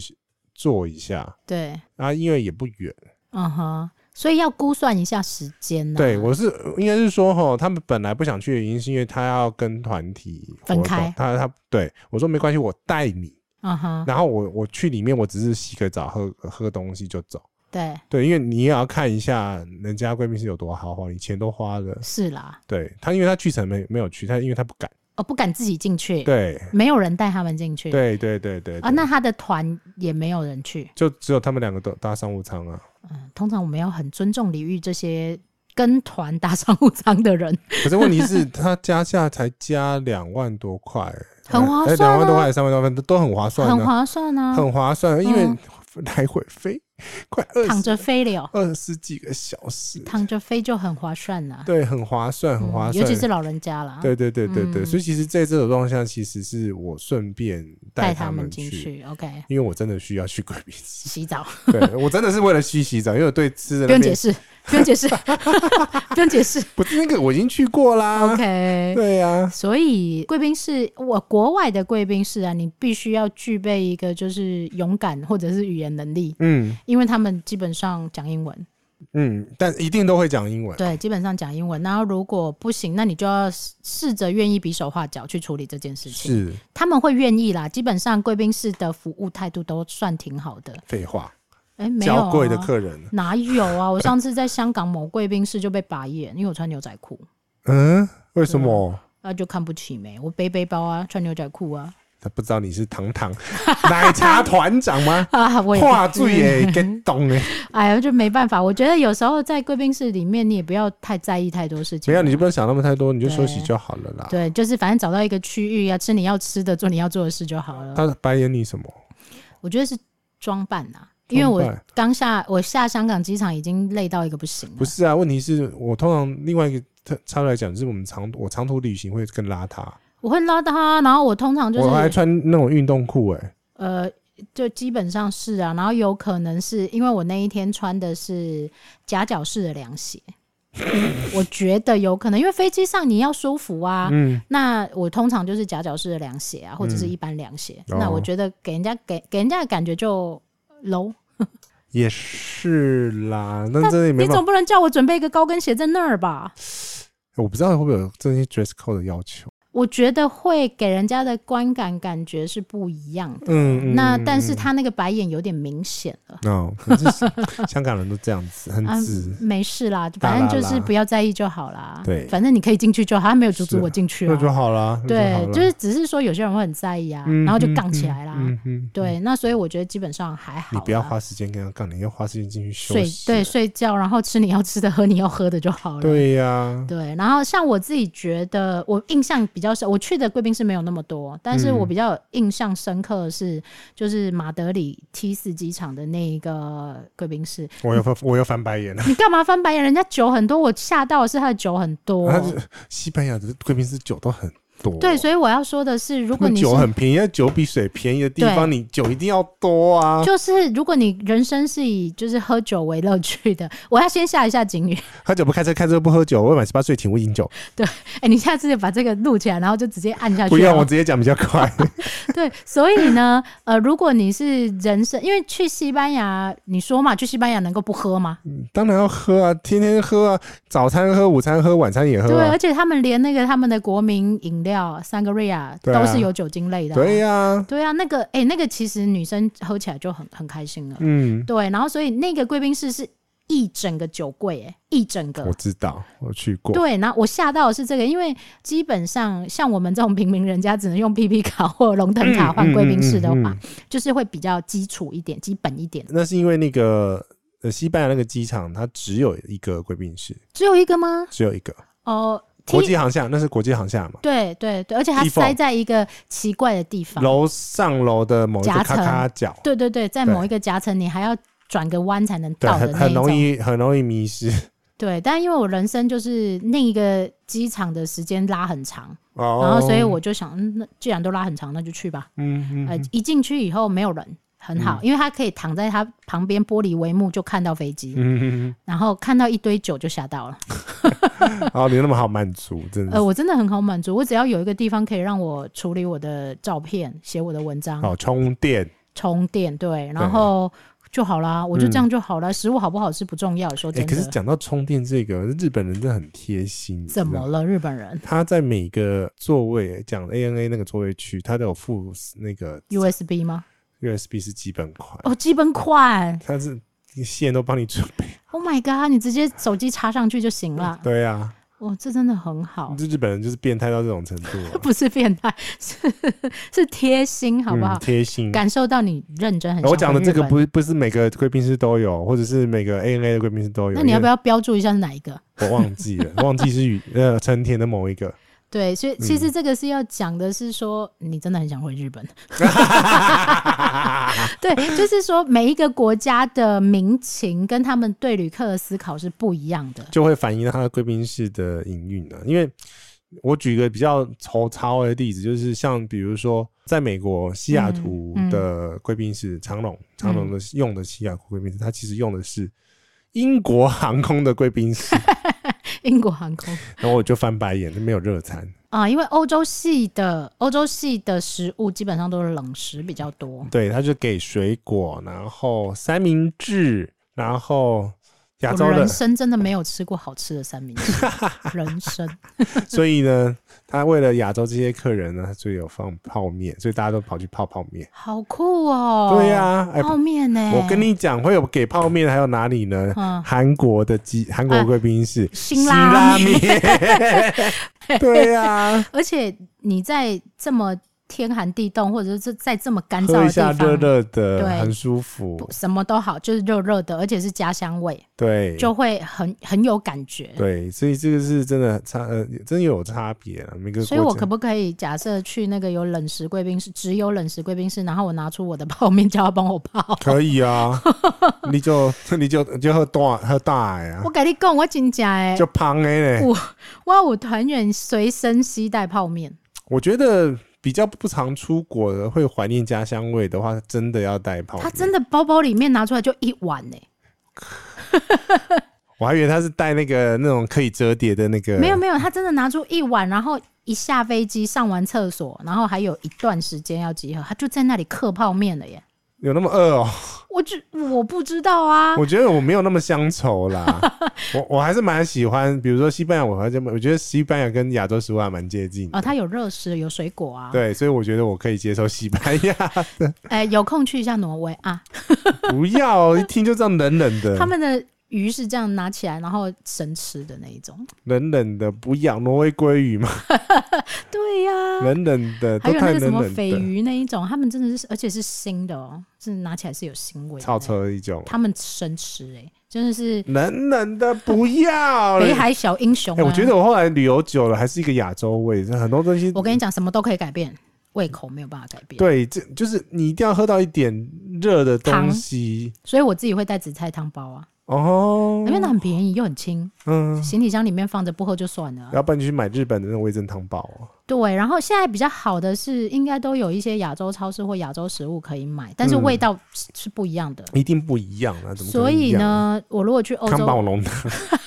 [SPEAKER 2] 坐一下
[SPEAKER 1] 对，
[SPEAKER 2] 啊，因为也不远。
[SPEAKER 1] 嗯哼，所以要估算一下时间呢。啊
[SPEAKER 2] 对，我是应该是说哈，他们本来不想去的原因是因为他要跟团体活
[SPEAKER 1] 分
[SPEAKER 2] 动
[SPEAKER 1] 开
[SPEAKER 2] 他他对我说没关系，我带你，
[SPEAKER 1] 嗯哼，
[SPEAKER 2] 然后我我去里面，我只是洗个澡，喝喝个东西就走。
[SPEAKER 1] 对，
[SPEAKER 2] 对，因为你也要看一下人家贵宾室有多豪华，你钱都花了。
[SPEAKER 1] 是啦，
[SPEAKER 2] 对他，因为他去程没没有去，他因为他不敢。
[SPEAKER 1] 我不敢自己进去，
[SPEAKER 2] 对，
[SPEAKER 1] 没有人带他们进去。
[SPEAKER 2] 对对对对
[SPEAKER 1] 啊，
[SPEAKER 2] 对
[SPEAKER 1] 那他的团也没有人去。
[SPEAKER 2] 就只有他们两个都搭商务舱啊。
[SPEAKER 1] 嗯，通常我们要很尊重李玉这些跟团搭商务舱的 人，
[SPEAKER 2] 可是问题 是，他加价才加两万多块，
[SPEAKER 1] 很划
[SPEAKER 2] 哎
[SPEAKER 1] 算
[SPEAKER 2] 两万多
[SPEAKER 1] 啊
[SPEAKER 2] 块、三万多块都很划算
[SPEAKER 1] 很
[SPEAKER 2] 啊，
[SPEAKER 1] 划算啊，
[SPEAKER 2] 很划算，因为
[SPEAKER 1] 嗯
[SPEAKER 2] 来回飞快二
[SPEAKER 1] 躺
[SPEAKER 2] 十
[SPEAKER 1] 着飞了，
[SPEAKER 2] 二十几个小时，
[SPEAKER 1] 躺着飞就很划算呐、
[SPEAKER 2] 对，很划算，很划
[SPEAKER 1] 嗯
[SPEAKER 2] 算，
[SPEAKER 1] 尤其是老人家啦，
[SPEAKER 2] 对对对对对，
[SPEAKER 1] 嗯
[SPEAKER 2] 所以其实在这种状况下，其实是我顺便
[SPEAKER 1] 带
[SPEAKER 2] 他
[SPEAKER 1] 们进
[SPEAKER 2] 去，
[SPEAKER 1] 去，OK，
[SPEAKER 2] 因为我真的需要去贵宾室。
[SPEAKER 1] 洗澡
[SPEAKER 2] 对我真的是为了去洗澡，因为我对吃的
[SPEAKER 1] 不
[SPEAKER 2] 那
[SPEAKER 1] 用解
[SPEAKER 2] 边
[SPEAKER 1] 释，不用解释， 不用解释
[SPEAKER 2] 不是那个我已经去过啦。
[SPEAKER 1] ，OK。
[SPEAKER 2] 对呀，
[SPEAKER 1] 所以贵宾室，我国外的贵宾室啊，你必须要具备一个就是勇敢或者是语言能力，
[SPEAKER 2] 嗯
[SPEAKER 1] 因为他们基本上讲英文，
[SPEAKER 2] 嗯，但一定都会讲英文。
[SPEAKER 1] 对，基本上讲英文。然后如果不行，那你就要试试着愿意比手画脚去处理这件事情。
[SPEAKER 2] 是
[SPEAKER 1] 他们会愿意啦，基本上贵宾室的服务态度都算挺好的。
[SPEAKER 2] 废话，
[SPEAKER 1] 哎、没有、
[SPEAKER 2] 娇
[SPEAKER 1] 啊、
[SPEAKER 2] 贵的客人，
[SPEAKER 1] 哪有啊？我上次在香港某贵宾室就被拔眼，因为我穿牛仔裤。
[SPEAKER 2] 嗯，为什么？
[SPEAKER 1] 那就看不起没？我背背包啊，穿牛仔裤啊，
[SPEAKER 2] 他不知道你是堂堂 奶茶团长吗？
[SPEAKER 1] 啊， 我也
[SPEAKER 2] 话最也跟懂哎，
[SPEAKER 1] 哎呀，就没办法。我觉得有时候在贵宾室里面，你也不要太在意太多事情。
[SPEAKER 2] 没有你就不要想那么太多，你就
[SPEAKER 1] 对
[SPEAKER 2] 休息就好了啦。
[SPEAKER 1] 对，就是反正找到一个区域啊，吃你要吃的，做你要做的事就好了。
[SPEAKER 2] 他白眼你什么？
[SPEAKER 1] 我觉得是装扮啊，因为我
[SPEAKER 2] 装扮
[SPEAKER 1] 刚下我下香港机场已经累到一个不行了。
[SPEAKER 2] 不是啊，问题是我通常另外一个特插来讲，就是我们长我长途旅行会更邋遢，
[SPEAKER 1] 我会拉他，然后我通常就
[SPEAKER 2] 我还
[SPEAKER 1] 是
[SPEAKER 2] 穿那种运动裤哎、
[SPEAKER 1] 呃，就基本上是啊，然后有可能是因为我那一天穿的是夹脚式的凉 鞋，我觉得有可能，因为飞机上你要舒服啊。
[SPEAKER 2] 嗯，
[SPEAKER 1] 那我通常就是夹脚式的凉鞋啊，或者是一般凉鞋。
[SPEAKER 2] 哦
[SPEAKER 1] 那我觉得给人家给给人家的感觉就 low，
[SPEAKER 2] 也是啦，那这也没
[SPEAKER 1] 你
[SPEAKER 2] 办法
[SPEAKER 1] 总，不能叫我准备一个高跟鞋在那儿吧？
[SPEAKER 2] 我不知道会不会有这些 dress code 的要求。
[SPEAKER 1] 我觉得会给人家的观感感觉是不一样的。
[SPEAKER 2] 嗯，嗯
[SPEAKER 1] 那
[SPEAKER 2] 嗯
[SPEAKER 1] 但是他那个白眼有点明显了。
[SPEAKER 2] 哦，可是 香港人都这样子，很
[SPEAKER 1] 啊
[SPEAKER 2] 直。
[SPEAKER 1] 没事啦，
[SPEAKER 2] 嗯大
[SPEAKER 1] 反
[SPEAKER 2] 啦
[SPEAKER 1] 正
[SPEAKER 2] 啦
[SPEAKER 1] 就是不要在意就好啦。
[SPEAKER 2] 对
[SPEAKER 1] 反正你可以进去就好，他没有阻止
[SPEAKER 2] 是啊
[SPEAKER 1] 我进去
[SPEAKER 2] 那就
[SPEAKER 1] 啊。
[SPEAKER 2] 好啦，那
[SPEAKER 1] 对，
[SPEAKER 2] 好啦
[SPEAKER 1] 就是只是说有些人会很在意啊，
[SPEAKER 2] 嗯
[SPEAKER 1] 然后就
[SPEAKER 2] 嗯
[SPEAKER 1] 杠起
[SPEAKER 2] 嗯
[SPEAKER 1] 来啦。
[SPEAKER 2] 嗯嗯，
[SPEAKER 1] 对，那所以我觉得基本上还好
[SPEAKER 2] 你
[SPEAKER 1] 啦。
[SPEAKER 2] 不要花时间跟他杠，你要花时间进去休
[SPEAKER 1] 睡
[SPEAKER 2] 息。
[SPEAKER 1] 对睡觉，然后吃你要吃的，喝你要喝的就好了。
[SPEAKER 2] 对呀、
[SPEAKER 1] 对，然后像我自己觉得，我印象比较深，我去的贵宾室没有那么多，但是我
[SPEAKER 2] 嗯
[SPEAKER 1] 比较有印象深刻的是，就是马德里 T 四机场的那一个贵宾室。
[SPEAKER 2] 我又翻我又翻白眼了。
[SPEAKER 1] 你干嘛翻白眼？人家酒很多，我吓到的是他的酒很多。
[SPEAKER 2] 啊西班牙的贵宾室酒都很多，
[SPEAKER 1] 对，所以我要说的是，如
[SPEAKER 2] 他
[SPEAKER 1] 果
[SPEAKER 2] 们
[SPEAKER 1] 你
[SPEAKER 2] 酒
[SPEAKER 1] 是
[SPEAKER 2] 很便宜，那酒比水便宜的地方，
[SPEAKER 1] 对
[SPEAKER 2] 你酒一定要多啊。
[SPEAKER 1] 就是如果你人生是以就是喝酒为乐趣的，我要先下一下警语。
[SPEAKER 2] 喝酒不开车，开车不喝酒。未满十八岁请勿饮酒。
[SPEAKER 1] 哎、你下次把这个录起来，然后就直接按下去。哦
[SPEAKER 2] 不用，我直接讲比 较快。
[SPEAKER 1] 对，所以呢，呃，如果你是人生，因为去西班牙，你说嘛，去西班牙能够不喝吗？
[SPEAKER 2] 当然要喝啊，天天喝啊，早餐喝，午餐喝，晚餐也喝
[SPEAKER 1] 对，
[SPEAKER 2] 啊
[SPEAKER 1] 而。且他们连那个他们的国民饮料三个瑞亚
[SPEAKER 2] 对啊
[SPEAKER 1] 都是有酒精类的、
[SPEAKER 2] 对
[SPEAKER 1] 啊，
[SPEAKER 2] 呀、
[SPEAKER 1] 对啊，那个哎、那个其实女生喝起来就很很开心了。
[SPEAKER 2] 嗯，
[SPEAKER 1] 对，然后所以那个贵宾室是一整个酒柜，哎，一整个
[SPEAKER 2] 我。知道，我去过。
[SPEAKER 1] 对，然后我吓到的是这个，因为基本上像我们这种平民人家，只能用 PP 卡或龙腾卡换贵宾室的话，
[SPEAKER 2] 嗯嗯嗯
[SPEAKER 1] 就是会比较基础一点、基本一点。
[SPEAKER 2] 那是因为那个呃，西班牙那个机场它只有一个贵宾室，
[SPEAKER 1] 只有一个吗？
[SPEAKER 2] 只有一个
[SPEAKER 1] 哦，
[SPEAKER 2] 国
[SPEAKER 1] T-
[SPEAKER 2] 际航厦，那是国际航厦嘛？
[SPEAKER 1] 对对对，而且它
[SPEAKER 2] 地缝
[SPEAKER 1] 塞在一个奇怪的地方。
[SPEAKER 2] 楼上楼的某一个
[SPEAKER 1] 夹
[SPEAKER 2] 咔
[SPEAKER 1] 层
[SPEAKER 2] 咔角，
[SPEAKER 1] 对对对，在
[SPEAKER 2] 对
[SPEAKER 1] 某一个夹层，你还要转个弯才能
[SPEAKER 2] 对，
[SPEAKER 1] 到的
[SPEAKER 2] 很
[SPEAKER 1] 那
[SPEAKER 2] 很
[SPEAKER 1] 一
[SPEAKER 2] 容
[SPEAKER 1] 种。
[SPEAKER 2] 易很容易迷失。
[SPEAKER 1] 对，但因为我人生就是那一个机场的时间拉很长，
[SPEAKER 2] 哦，
[SPEAKER 1] 然后所以我就想，嗯，那既然都拉很长，那就去吧。
[SPEAKER 2] 嗯
[SPEAKER 1] 呃
[SPEAKER 2] 嗯，
[SPEAKER 1] 一进去以后没有人。很好，因为他可以躺在他旁边玻璃帷幕就看到飞机，
[SPEAKER 2] 嗯
[SPEAKER 1] 然后看到一堆酒就吓到了。
[SPEAKER 2] 嗯，哦，你那么好满足，真的
[SPEAKER 1] 呃，
[SPEAKER 2] 是
[SPEAKER 1] 我真的很好满足，我只要有一个地方可以让我处理我的照片、写我的文章、
[SPEAKER 2] 好哦充电。
[SPEAKER 1] 充电，对，然后就好啦，我就这样就好了。食物好不好吃不重要，说
[SPEAKER 2] 哎，
[SPEAKER 1] 真
[SPEAKER 2] 嗯可是
[SPEAKER 1] 的，
[SPEAKER 2] 讲到充电这个，日本人真的很贴心，你知道
[SPEAKER 1] 怎么了日本人
[SPEAKER 2] 他在每个座位讲 ANA 那个座位区，他都有附那个
[SPEAKER 1] USB 吗？
[SPEAKER 2] USB 是基本款，
[SPEAKER 1] 哦，基本款
[SPEAKER 2] 他是线都帮你准备。
[SPEAKER 1] ，Oh my god，你直接手机插上去就行了。
[SPEAKER 2] 对啊，
[SPEAKER 1] 哇，这真的很好，
[SPEAKER 2] 这日本人就是变态到这种程度啊、
[SPEAKER 1] 不是变态，是是贴心， 好不好
[SPEAKER 2] 嗯？贴、心。
[SPEAKER 1] 感受到你认真很。
[SPEAKER 2] 我讲的这个，不不是每个贵宾室都有，或者是每个 ANA 的贵宾室都有。
[SPEAKER 1] 那你要不
[SPEAKER 2] 要？
[SPEAKER 1] 要标注一下是哪一个？
[SPEAKER 2] 我忘记了，忘记是与呃成田的某一个。
[SPEAKER 1] 对，所以
[SPEAKER 2] 嗯
[SPEAKER 1] 其实这个是要讲的是说，你真的很想回日本。对，就是说每一个国家的民情跟他们对旅客的思考是不一样的。
[SPEAKER 2] 就会反映到它的贵宾室的营运啊。因为我举一个比较粗糙的例子，就是像比如说，在美国西雅图的贵宾室，长隆长隆的用的西雅图贵宾室，它其实用的是英国航空的贵宾室，
[SPEAKER 1] 英国航空
[SPEAKER 2] 然后我就翻白眼，没有热餐。
[SPEAKER 1] 啊、因为欧洲系的欧洲系的食物基本上都是冷食比较多。
[SPEAKER 2] 对，它就给水果，然后三明治，然后亚
[SPEAKER 1] 我
[SPEAKER 2] 洲的
[SPEAKER 1] 人，生真的没有吃过好吃的三明治，人生
[SPEAKER 2] 所以呢，他为了亚洲这些客人呢，所以有放泡面，所以大家都跑去泡泡面。
[SPEAKER 1] 好酷哦！
[SPEAKER 2] 对呀、哎，
[SPEAKER 1] 泡面呢、
[SPEAKER 2] 我跟你讲，会有给泡面，还有哪里呢？
[SPEAKER 1] 嗯啊
[SPEAKER 2] 韩国的鸡，韩国贵宾室，
[SPEAKER 1] 辛拉
[SPEAKER 2] 辛拉面， 对啊呀，
[SPEAKER 1] 而且你在这么天寒地冻，或者是在这么干燥
[SPEAKER 2] 喝一
[SPEAKER 1] 的
[SPEAKER 2] 下
[SPEAKER 1] 地方，
[SPEAKER 2] 热热的，
[SPEAKER 1] 对
[SPEAKER 2] 很舒服
[SPEAKER 1] 不。什么都好，就是热热的，而且是家乡味，
[SPEAKER 2] 对，
[SPEAKER 1] 就会很很有感觉。
[SPEAKER 2] 对，所以这个是真的差，呃，真有差别了。每个
[SPEAKER 1] 所以我
[SPEAKER 2] 国
[SPEAKER 1] 可
[SPEAKER 2] 家
[SPEAKER 1] 不可以假设去那个有冷食贵宾室，只有冷食贵宾室，然后我拿出我的泡面叫他帮我泡？
[SPEAKER 2] 可以 啊，你就你就你就喝大喝大的啊
[SPEAKER 1] 我，跟你讲，我真假哎
[SPEAKER 2] 就，胖的嘞。
[SPEAKER 1] 我哇，我团员随身携带泡面，
[SPEAKER 2] 我觉得比较不常出国的，会怀念家乡味的话，真的要带泡面。
[SPEAKER 1] 他真的包包里面拿出来就一碗哎、
[SPEAKER 2] 我还以为他是带那个那种可以折叠的那个，
[SPEAKER 1] 没有没有，他真的拿出一碗，然后一下飞机上完厕所，然后还有一段时间要集合，他就在那里嗑泡面了耶。
[SPEAKER 2] 有那么饿哦。
[SPEAKER 1] 我就我不知道啊，
[SPEAKER 2] 我觉得我没有那么乡 愁啦，我我还是蛮喜欢，比如说西班牙，我还是我觉得西班牙跟亚洲食物还蛮接近的。
[SPEAKER 1] 哦，它有热食，有水果啊。，
[SPEAKER 2] 对，所以我觉得我可以接受西班牙。
[SPEAKER 1] 哎、有空去一下挪威啊，
[SPEAKER 2] 不要，一听就这样冷冷的，
[SPEAKER 1] 他们的鱼是这样拿起来然后生吃的那一种。
[SPEAKER 2] 冷冷的，不要挪威鲑鱼嘛，
[SPEAKER 1] 对呀、
[SPEAKER 2] 冷冷的，
[SPEAKER 1] 啊还
[SPEAKER 2] 都
[SPEAKER 1] 有那
[SPEAKER 2] 太
[SPEAKER 1] 个什
[SPEAKER 2] 冷
[SPEAKER 1] 么
[SPEAKER 2] 冷
[SPEAKER 1] 鲱
[SPEAKER 2] 的，
[SPEAKER 1] 鱼那一种，他们真的是，而且是腥的哦，是拿起来是有腥味的。
[SPEAKER 2] 超，车一种，
[SPEAKER 1] 他们生吃哎、真的是
[SPEAKER 2] 冷冷的，不要。
[SPEAKER 1] 北海小英雄、啊
[SPEAKER 2] 哎，我觉得我后来旅游久了，还是一个亚洲味，很多东西
[SPEAKER 1] 我。跟你讲，什么都可以改变，胃口没有办法改变。
[SPEAKER 2] 对，这就是你一定要喝到一点热的东西
[SPEAKER 1] 所以我自己会带紫菜汤包啊，
[SPEAKER 2] 哦
[SPEAKER 1] 因，为它很便宜又很轻，
[SPEAKER 2] 嗯，
[SPEAKER 1] 行李箱里面放着不喝就算了啊、
[SPEAKER 2] 要不然你去买日本的那种味噌汤包哦，
[SPEAKER 1] 对，然后现在比较好的是，应该都有一些亚洲超市或亚洲食物可以买，但是味道是是不一样的。
[SPEAKER 2] 一定不一样嗯啊，怎么可能
[SPEAKER 1] 所以
[SPEAKER 2] 一样，
[SPEAKER 1] 呢，我如果去欧
[SPEAKER 2] 康宝
[SPEAKER 1] 洲，
[SPEAKER 2] 龙的，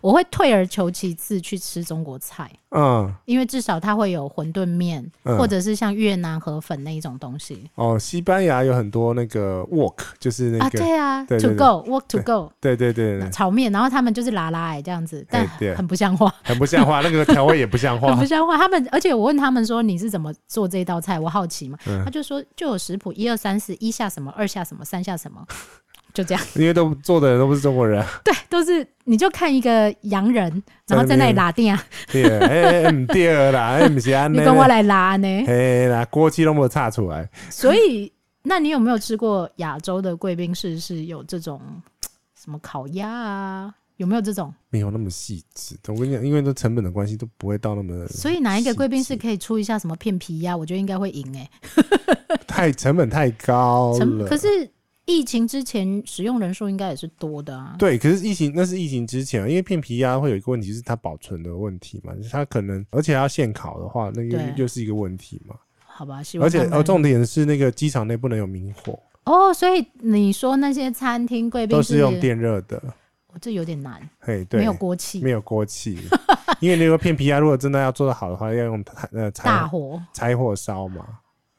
[SPEAKER 1] 我会退而求其次去吃中国菜，
[SPEAKER 2] 嗯，
[SPEAKER 1] 因为至少它会有馄饨面，
[SPEAKER 2] 嗯
[SPEAKER 1] 或者是像越南河粉那一种东西
[SPEAKER 2] 哦，西班牙有很多那个 wok，就是那
[SPEAKER 1] 啊。
[SPEAKER 2] 个
[SPEAKER 1] 对啊
[SPEAKER 2] 对
[SPEAKER 1] ，to
[SPEAKER 2] 对对
[SPEAKER 1] go work to go
[SPEAKER 2] 对对对，
[SPEAKER 1] 那
[SPEAKER 2] 对
[SPEAKER 1] 炒面，然后他们就是拉拉哎这样子，但
[SPEAKER 2] 对
[SPEAKER 1] 很不像 话。
[SPEAKER 2] 很不像话，那个调味也不像
[SPEAKER 1] 很
[SPEAKER 2] 话
[SPEAKER 1] 不。像话。他们，而且我问他们说你是怎么做这道菜，我好奇嘛。
[SPEAKER 2] 嗯
[SPEAKER 1] 他就说就有食谱，一二三四，一下什么，二下什么， 三下什么，就这样。
[SPEAKER 2] 因为都做的人都不是中国人，啊
[SPEAKER 1] 对，都是你就看一个洋人，然后在那里拉丁啊，
[SPEAKER 2] 对，哎哎，唔对啦，哎，唔是安
[SPEAKER 1] 你
[SPEAKER 2] 尼，
[SPEAKER 1] 跟我来拉呢。
[SPEAKER 2] 嘿啦，锅气都没有差出来。
[SPEAKER 1] 所以，那你有没有吃过亚洲的贵宾室是有这种什么烤鸭啊？有没有这种？
[SPEAKER 2] 没有那么细致，我跟你讲，因为都成本的关系，都不会到 那么
[SPEAKER 1] 所以哪一个贵宾
[SPEAKER 2] 细
[SPEAKER 1] 室
[SPEAKER 2] 致
[SPEAKER 1] 可以出一下什么片皮鸭？我觉得应该会赢哎、
[SPEAKER 2] 太成本太高
[SPEAKER 1] 成
[SPEAKER 2] 了。
[SPEAKER 1] 可是疫情之前使用人数应该也是多的啊。
[SPEAKER 2] 对，可是疫情那是疫情之前，因为片皮鸭会有一个问题是它保存的问题嘛，就是它可能而且要现烤的话，那又
[SPEAKER 1] 对
[SPEAKER 2] 又是一个问题嘛。
[SPEAKER 1] 好吧，希望
[SPEAKER 2] 而且
[SPEAKER 1] 他们
[SPEAKER 2] 哦，重点是那个机场内不能有明火，
[SPEAKER 1] 哦，所以你说那些餐厅贵宾
[SPEAKER 2] 都
[SPEAKER 1] 室
[SPEAKER 2] 是用，电热的。
[SPEAKER 1] 哦这有点难，
[SPEAKER 2] 嘿，对，
[SPEAKER 1] 没有锅气
[SPEAKER 2] 没，有锅气， 因为那个片皮鸭如果真的要做的好的话，要用柴呃
[SPEAKER 1] 大
[SPEAKER 2] 柴
[SPEAKER 1] 火
[SPEAKER 2] 柴火烧嘛，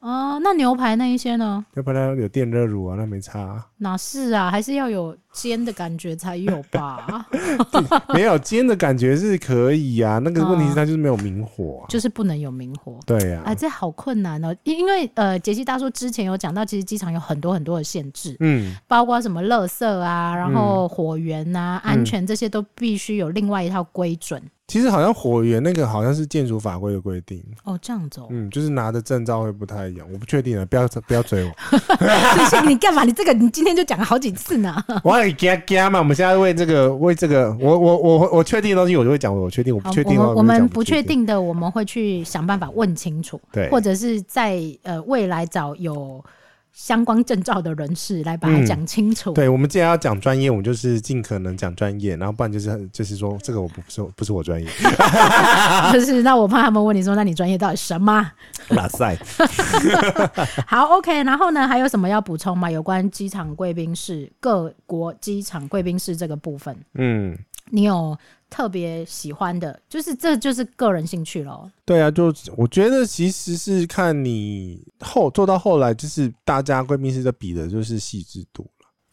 [SPEAKER 1] 哦。那牛排那一些呢？
[SPEAKER 2] 要不然有电热炉啊，那没差啊、
[SPEAKER 1] 哪是啊？还是要有煎的感觉才有吧？
[SPEAKER 2] 没有煎的感觉是可以啊，那个问
[SPEAKER 1] 嗯
[SPEAKER 2] 题是它就是没有明火、啊，
[SPEAKER 1] 就是不能有明火。
[SPEAKER 2] 对啊呀、
[SPEAKER 1] 哎，这好困难哦，因因为呃，杰西大叔之前有讲到，其实机场有很多很多的限制，
[SPEAKER 2] 嗯，
[SPEAKER 1] 包括什么垃圾啊，然后火源啊、
[SPEAKER 2] 嗯
[SPEAKER 1] 安全这些都必须有另外一套规准。
[SPEAKER 2] 其实好像火源那个好像是建筑法规的规定，
[SPEAKER 1] 哦，这样子 哦，
[SPEAKER 2] 嗯，就是拿的证照会不太一样，我不确定了，啊不要不要追我，
[SPEAKER 1] 所以你干嘛？你这个你今天就讲了好几次呢。
[SPEAKER 2] 我很嘎嘎嘛，我们现在为这个为这个，我我我我确定的东西我就会讲，我确定我不
[SPEAKER 1] 好，
[SPEAKER 2] 确定的
[SPEAKER 1] 我
[SPEAKER 2] 话
[SPEAKER 1] 们
[SPEAKER 2] 就
[SPEAKER 1] 我
[SPEAKER 2] 讲
[SPEAKER 1] 们
[SPEAKER 2] 不
[SPEAKER 1] 不确，定的，我们会去想办法问清楚，
[SPEAKER 2] 对，
[SPEAKER 1] 或者是在呃未来找有相关证照的人士来把它
[SPEAKER 2] 嗯
[SPEAKER 1] 讲清楚。
[SPEAKER 2] 对，我们既然要讲专业，我们就是尽可能讲专业，然后不然就是就是说这个我不是不是我专业，
[SPEAKER 1] 就是那我怕他们问你说，那你专业到底什么？ 啊
[SPEAKER 2] 哇塞，
[SPEAKER 1] 好，OK。然后呢，还有什么要补充吗？有关机场贵宾室各国机场贵宾室这个部分，
[SPEAKER 2] 嗯，
[SPEAKER 1] 你有特别喜欢的，就是这就是个人兴趣咯。
[SPEAKER 2] 对啊，就我觉得其实是看你后做到后来，就是大家闺蜜是在比的就是细致度，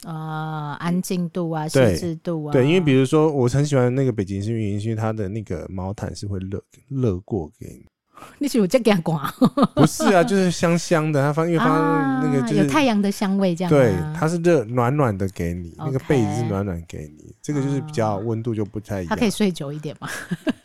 [SPEAKER 1] 呃，安静度啊，细
[SPEAKER 2] 嗯对
[SPEAKER 1] 致度啊，
[SPEAKER 2] 对，因为比如说我很喜欢那个北京是原因，是因为它的那个毛毯是会热热过给你，
[SPEAKER 1] 你是有这样刮？
[SPEAKER 2] 不是啊，就是香香的，它放因为它那个就是、
[SPEAKER 1] 啊有太阳的香味，这样吗啊
[SPEAKER 2] 对，它是热暖暖的给你，那
[SPEAKER 1] OK
[SPEAKER 2] 个
[SPEAKER 1] 啊
[SPEAKER 2] 被子是暖暖给你，这个就是比较温度就不太一
[SPEAKER 1] 它
[SPEAKER 2] 样。
[SPEAKER 1] 可以睡久一点嘛？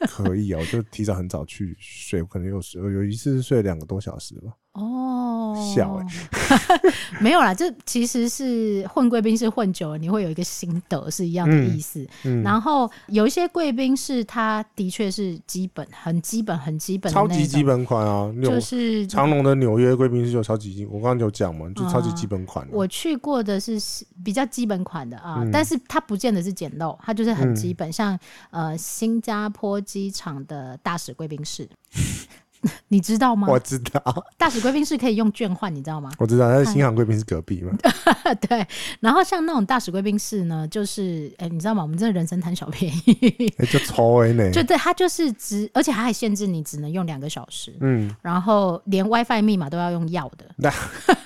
[SPEAKER 2] 可以啊，我就提早很早去睡，我可能有时有一次是睡了两个多小时吧，
[SPEAKER 1] 哦，
[SPEAKER 2] 笑哎、
[SPEAKER 1] 没有啦，这其实是混贵宾室混久了，你会有一个心得是一样的意思。
[SPEAKER 2] 嗯，
[SPEAKER 1] 然后有一些贵宾室，它的确是基本、很基本、很基本的
[SPEAKER 2] 超
[SPEAKER 1] 那种，
[SPEAKER 2] 级基本款啊，纽、
[SPEAKER 1] 就是
[SPEAKER 2] 长隆的纽约贵宾室就超级基，我刚刚有讲嘛，就超级基本款、啊
[SPEAKER 1] 我去过的是是比较基本款的啊，
[SPEAKER 2] 嗯
[SPEAKER 1] 但是它不见得是简陋，它就是很
[SPEAKER 2] 嗯
[SPEAKER 1] 基本，像呃新加坡机场的大使贵宾室， 你知道吗？
[SPEAKER 2] 我知道，
[SPEAKER 1] 大使贵宾室可以用券换，你知道吗？
[SPEAKER 2] 我知道，但是新航贵宾是隔壁嘛，
[SPEAKER 1] 对。然后像那种大使贵宾室呢，就是哎、你知道吗？我们真的人生贪小便宜，
[SPEAKER 2] 哎、就抽哎呢，
[SPEAKER 1] 就对，它就是只，而且它还限制你只能用两个小时。
[SPEAKER 2] 嗯，
[SPEAKER 1] 然后连 WiFi 密码都要用要的，
[SPEAKER 2] 那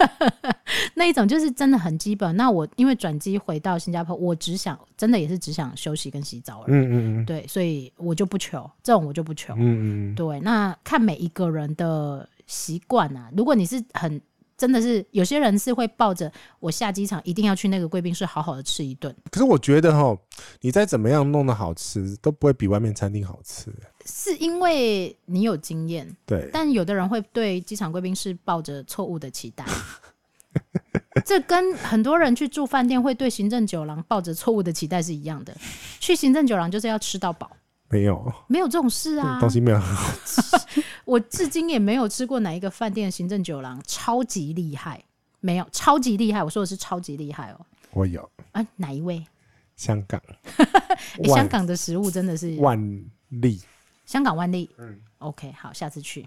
[SPEAKER 1] 那一种就是真的很基本。那我因为转机回到新加坡，我只想真的也是只想休息跟洗澡而已。
[SPEAKER 2] 嗯嗯嗯
[SPEAKER 1] 对，所以我就不求这种，我就不求。
[SPEAKER 2] 嗯嗯，
[SPEAKER 1] 对，那看每一个人的习惯啊。如果你是很真的是有些人是会抱着我下机场一定要去那个贵宾室好好的吃一顿，
[SPEAKER 2] 可是我觉得哈，你再怎么样弄得好吃，都不会比外面餐厅好吃，欸
[SPEAKER 1] 是因为你有经验，
[SPEAKER 2] 对，
[SPEAKER 1] 但有的人会对机场贵宾室抱着错误的期 待。这跟很多人去住饭店会对行政酒廊抱着错误的期待是一样的。去行政酒廊就是要吃到饱，
[SPEAKER 2] 没有、
[SPEAKER 1] 没有这种事啊
[SPEAKER 2] 嗯！东西没有，
[SPEAKER 1] 我至今也没有吃过哪一个饭店的行政酒廊超级厉害，没有超级厉害。我说的是超级厉害哦。
[SPEAKER 2] 我有
[SPEAKER 1] 啊，哪一位？
[SPEAKER 2] 香 港，
[SPEAKER 1] 诶
[SPEAKER 2] 万
[SPEAKER 1] 欸香港的食物真的是
[SPEAKER 2] 万利，
[SPEAKER 1] 香港万丽。嗯，OK，好，下次去。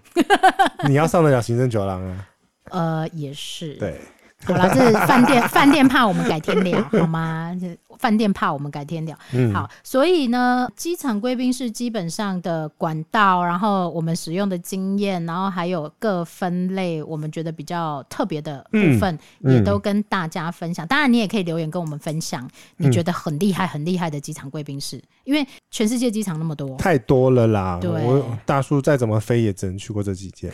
[SPEAKER 2] 你要上得了行政酒廊 啊，
[SPEAKER 1] 呃，也是。
[SPEAKER 2] 对，
[SPEAKER 1] 好了，这饭店饭店怕我们改天聊好吗？这饭店怕我们改天聊。
[SPEAKER 2] 嗯，
[SPEAKER 1] 好，所以呢，机场贵宾室基本上的管道，然后我们使用的经验，然后还有各分类，我们觉得比较特别的部分，
[SPEAKER 2] 嗯
[SPEAKER 1] 也都跟大家分享。当然，你也可以留言跟我们分享，你觉得很厉害、很厉害的机场贵宾室，因为全世界机场那么 多，
[SPEAKER 2] 太多了啦，
[SPEAKER 1] 对
[SPEAKER 2] 我大叔再怎么飞也只能去过这几间，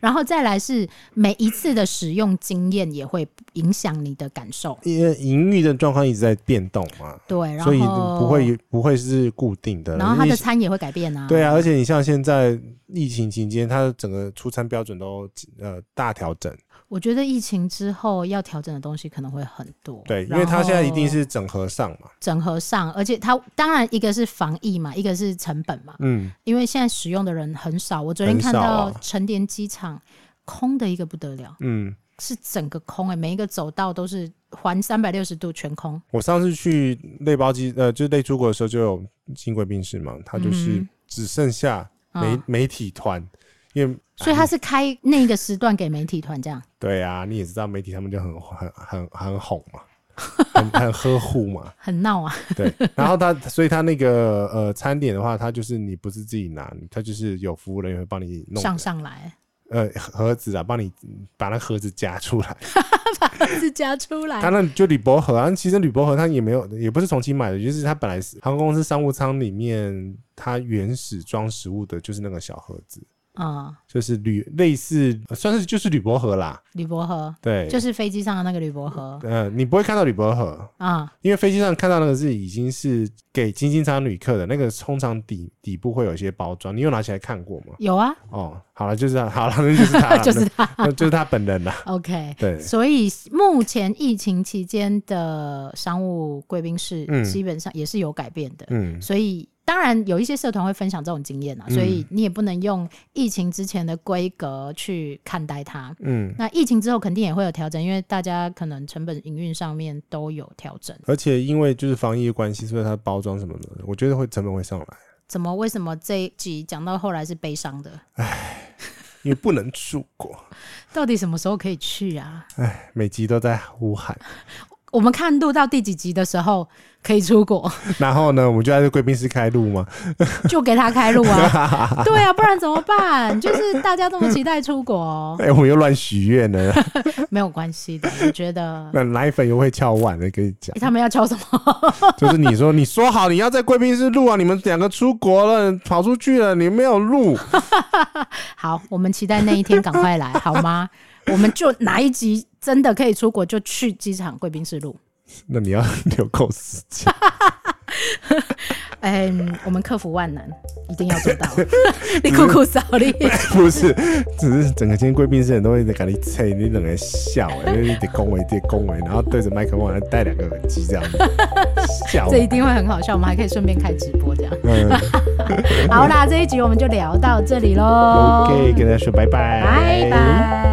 [SPEAKER 1] 然后再来是每一次的使用经验也会影响你的感受。
[SPEAKER 2] 因为营运的状况一直在变动嘛，
[SPEAKER 1] 对，然后
[SPEAKER 2] 所以不会不会是固定的。
[SPEAKER 1] 然后它
[SPEAKER 2] 因
[SPEAKER 1] 的
[SPEAKER 2] 为
[SPEAKER 1] 餐也会改变啊。
[SPEAKER 2] 对啊，而且你像现在疫情期间，它的整个出餐标准都呃大调整，
[SPEAKER 1] 我觉得疫情之后要调整的东西可能会很多。
[SPEAKER 2] 对，因
[SPEAKER 1] 然
[SPEAKER 2] 为它现在一
[SPEAKER 1] 后
[SPEAKER 2] 定是整合上嘛，
[SPEAKER 1] 整合上，而且它当然一个是防疫嘛，一个是成本嘛，
[SPEAKER 2] 嗯，
[SPEAKER 1] 因为现在使用的人很少。我昨天
[SPEAKER 2] 很
[SPEAKER 1] 看
[SPEAKER 2] 少
[SPEAKER 1] 到
[SPEAKER 2] 啊
[SPEAKER 1] 成田机场空的一个不得了，
[SPEAKER 2] 嗯，
[SPEAKER 1] 是整个空哎、每一个走道都是环三百六十度全空。
[SPEAKER 2] 我上次去类包机呃，就是类出国的时候就有新贵宾室嘛，它就是
[SPEAKER 1] 嗯
[SPEAKER 2] 只剩下媒、
[SPEAKER 1] 嗯，
[SPEAKER 2] 媒体团，因为
[SPEAKER 1] 所以它是开那个时段给媒体团这样。
[SPEAKER 2] 对啊，你也知道媒体他们就很很很很哄嘛，很很呵护嘛，
[SPEAKER 1] 很闹啊，
[SPEAKER 2] 对，然后他，所以他那个呃餐点的话，他就是你不是自己拿，他就是有服务人员会帮你弄
[SPEAKER 1] 上上来，
[SPEAKER 2] 呃盒子啊，帮你嗯把那盒子夹出来。
[SPEAKER 1] 自家出
[SPEAKER 2] 他
[SPEAKER 1] 来，
[SPEAKER 2] 那就铝箔盒啊，其实铝箔盒它也没有，也不是重新买的，就是它本来是航空公司商务舱里面它原始装食物的就是那个小盒子，
[SPEAKER 1] 嗯，
[SPEAKER 2] 就是铝类似呃算是就是铝箔盒啦，
[SPEAKER 1] 铝箔盒
[SPEAKER 2] 对，
[SPEAKER 1] 就是是飞机上的那个铝箔盒
[SPEAKER 2] 呃你不会看到铝箔盒，
[SPEAKER 1] 啊。
[SPEAKER 2] 因为飞机上看到那个是已经是给经济舱旅客的那个，通常底底部会有一些包装，你有拿起来看过吗？
[SPEAKER 1] 有啊，
[SPEAKER 2] 哦，好了，就是他 好了，那就是他啦，
[SPEAKER 1] 就是它。
[SPEAKER 2] 那就是他本人啦。
[SPEAKER 1] OK，
[SPEAKER 2] 对
[SPEAKER 1] 所以目前疫情期间的商务贵宾室
[SPEAKER 2] 嗯
[SPEAKER 1] 基本上也是有改变的，
[SPEAKER 2] 嗯，
[SPEAKER 1] 所以当然有一些社团会分享这种经验啊，
[SPEAKER 2] 嗯
[SPEAKER 1] 所以你也不能用疫情之前的规格去看待它。
[SPEAKER 2] 嗯，
[SPEAKER 1] 那疫情之后肯定也会有调整，因为大家可能成本营运上面都有调整。
[SPEAKER 2] 而且因为就是防疫的关系，所以它包装什么的，我觉得会成本会上来，
[SPEAKER 1] 怎么为什么这一集讲到后来是悲伤的？
[SPEAKER 2] 因为不能出国，
[SPEAKER 1] 到底什么时候可以去啊？
[SPEAKER 2] 每集都在呼喊，
[SPEAKER 1] 我们看录到第几集的时候可以出国，
[SPEAKER 2] 然后呢，我们就在贵宾室开录 嘛。
[SPEAKER 1] 就给他开路啊！对啊，不然怎么办？就是大家这么期待出国、
[SPEAKER 2] 哎、我们又乱许愿了，
[SPEAKER 1] 没有关系的。我觉得、
[SPEAKER 2] 那奶粉又会翘腕的，跟你讲
[SPEAKER 1] 诶，他们要敲什么？
[SPEAKER 2] 就是你说你说好你要在贵宾室录啊，你们两个出国了，跑出去了，你没有录，
[SPEAKER 1] 好，我们期待那一天赶快来，好吗？我们就哪一集真的可以出国，就去机场贵宾室录。
[SPEAKER 2] 那你要留够时间。
[SPEAKER 1] 嗯，我们克服万难，一定要做到。你苦苦扫地，
[SPEAKER 2] 不是， 只是整个间贵宾室人都会在给你吹，你冷人笑，就是得恭维，得恭维，然后对着麦克风，然后戴两个耳机这样子笑
[SPEAKER 1] 这。一定会很好笑。我们还可以顺便开直播这样。
[SPEAKER 2] 嗯
[SPEAKER 1] 好啦，这一集我们就聊到这里喽。
[SPEAKER 2] ，OK，跟大家说拜拜，
[SPEAKER 1] 拜拜。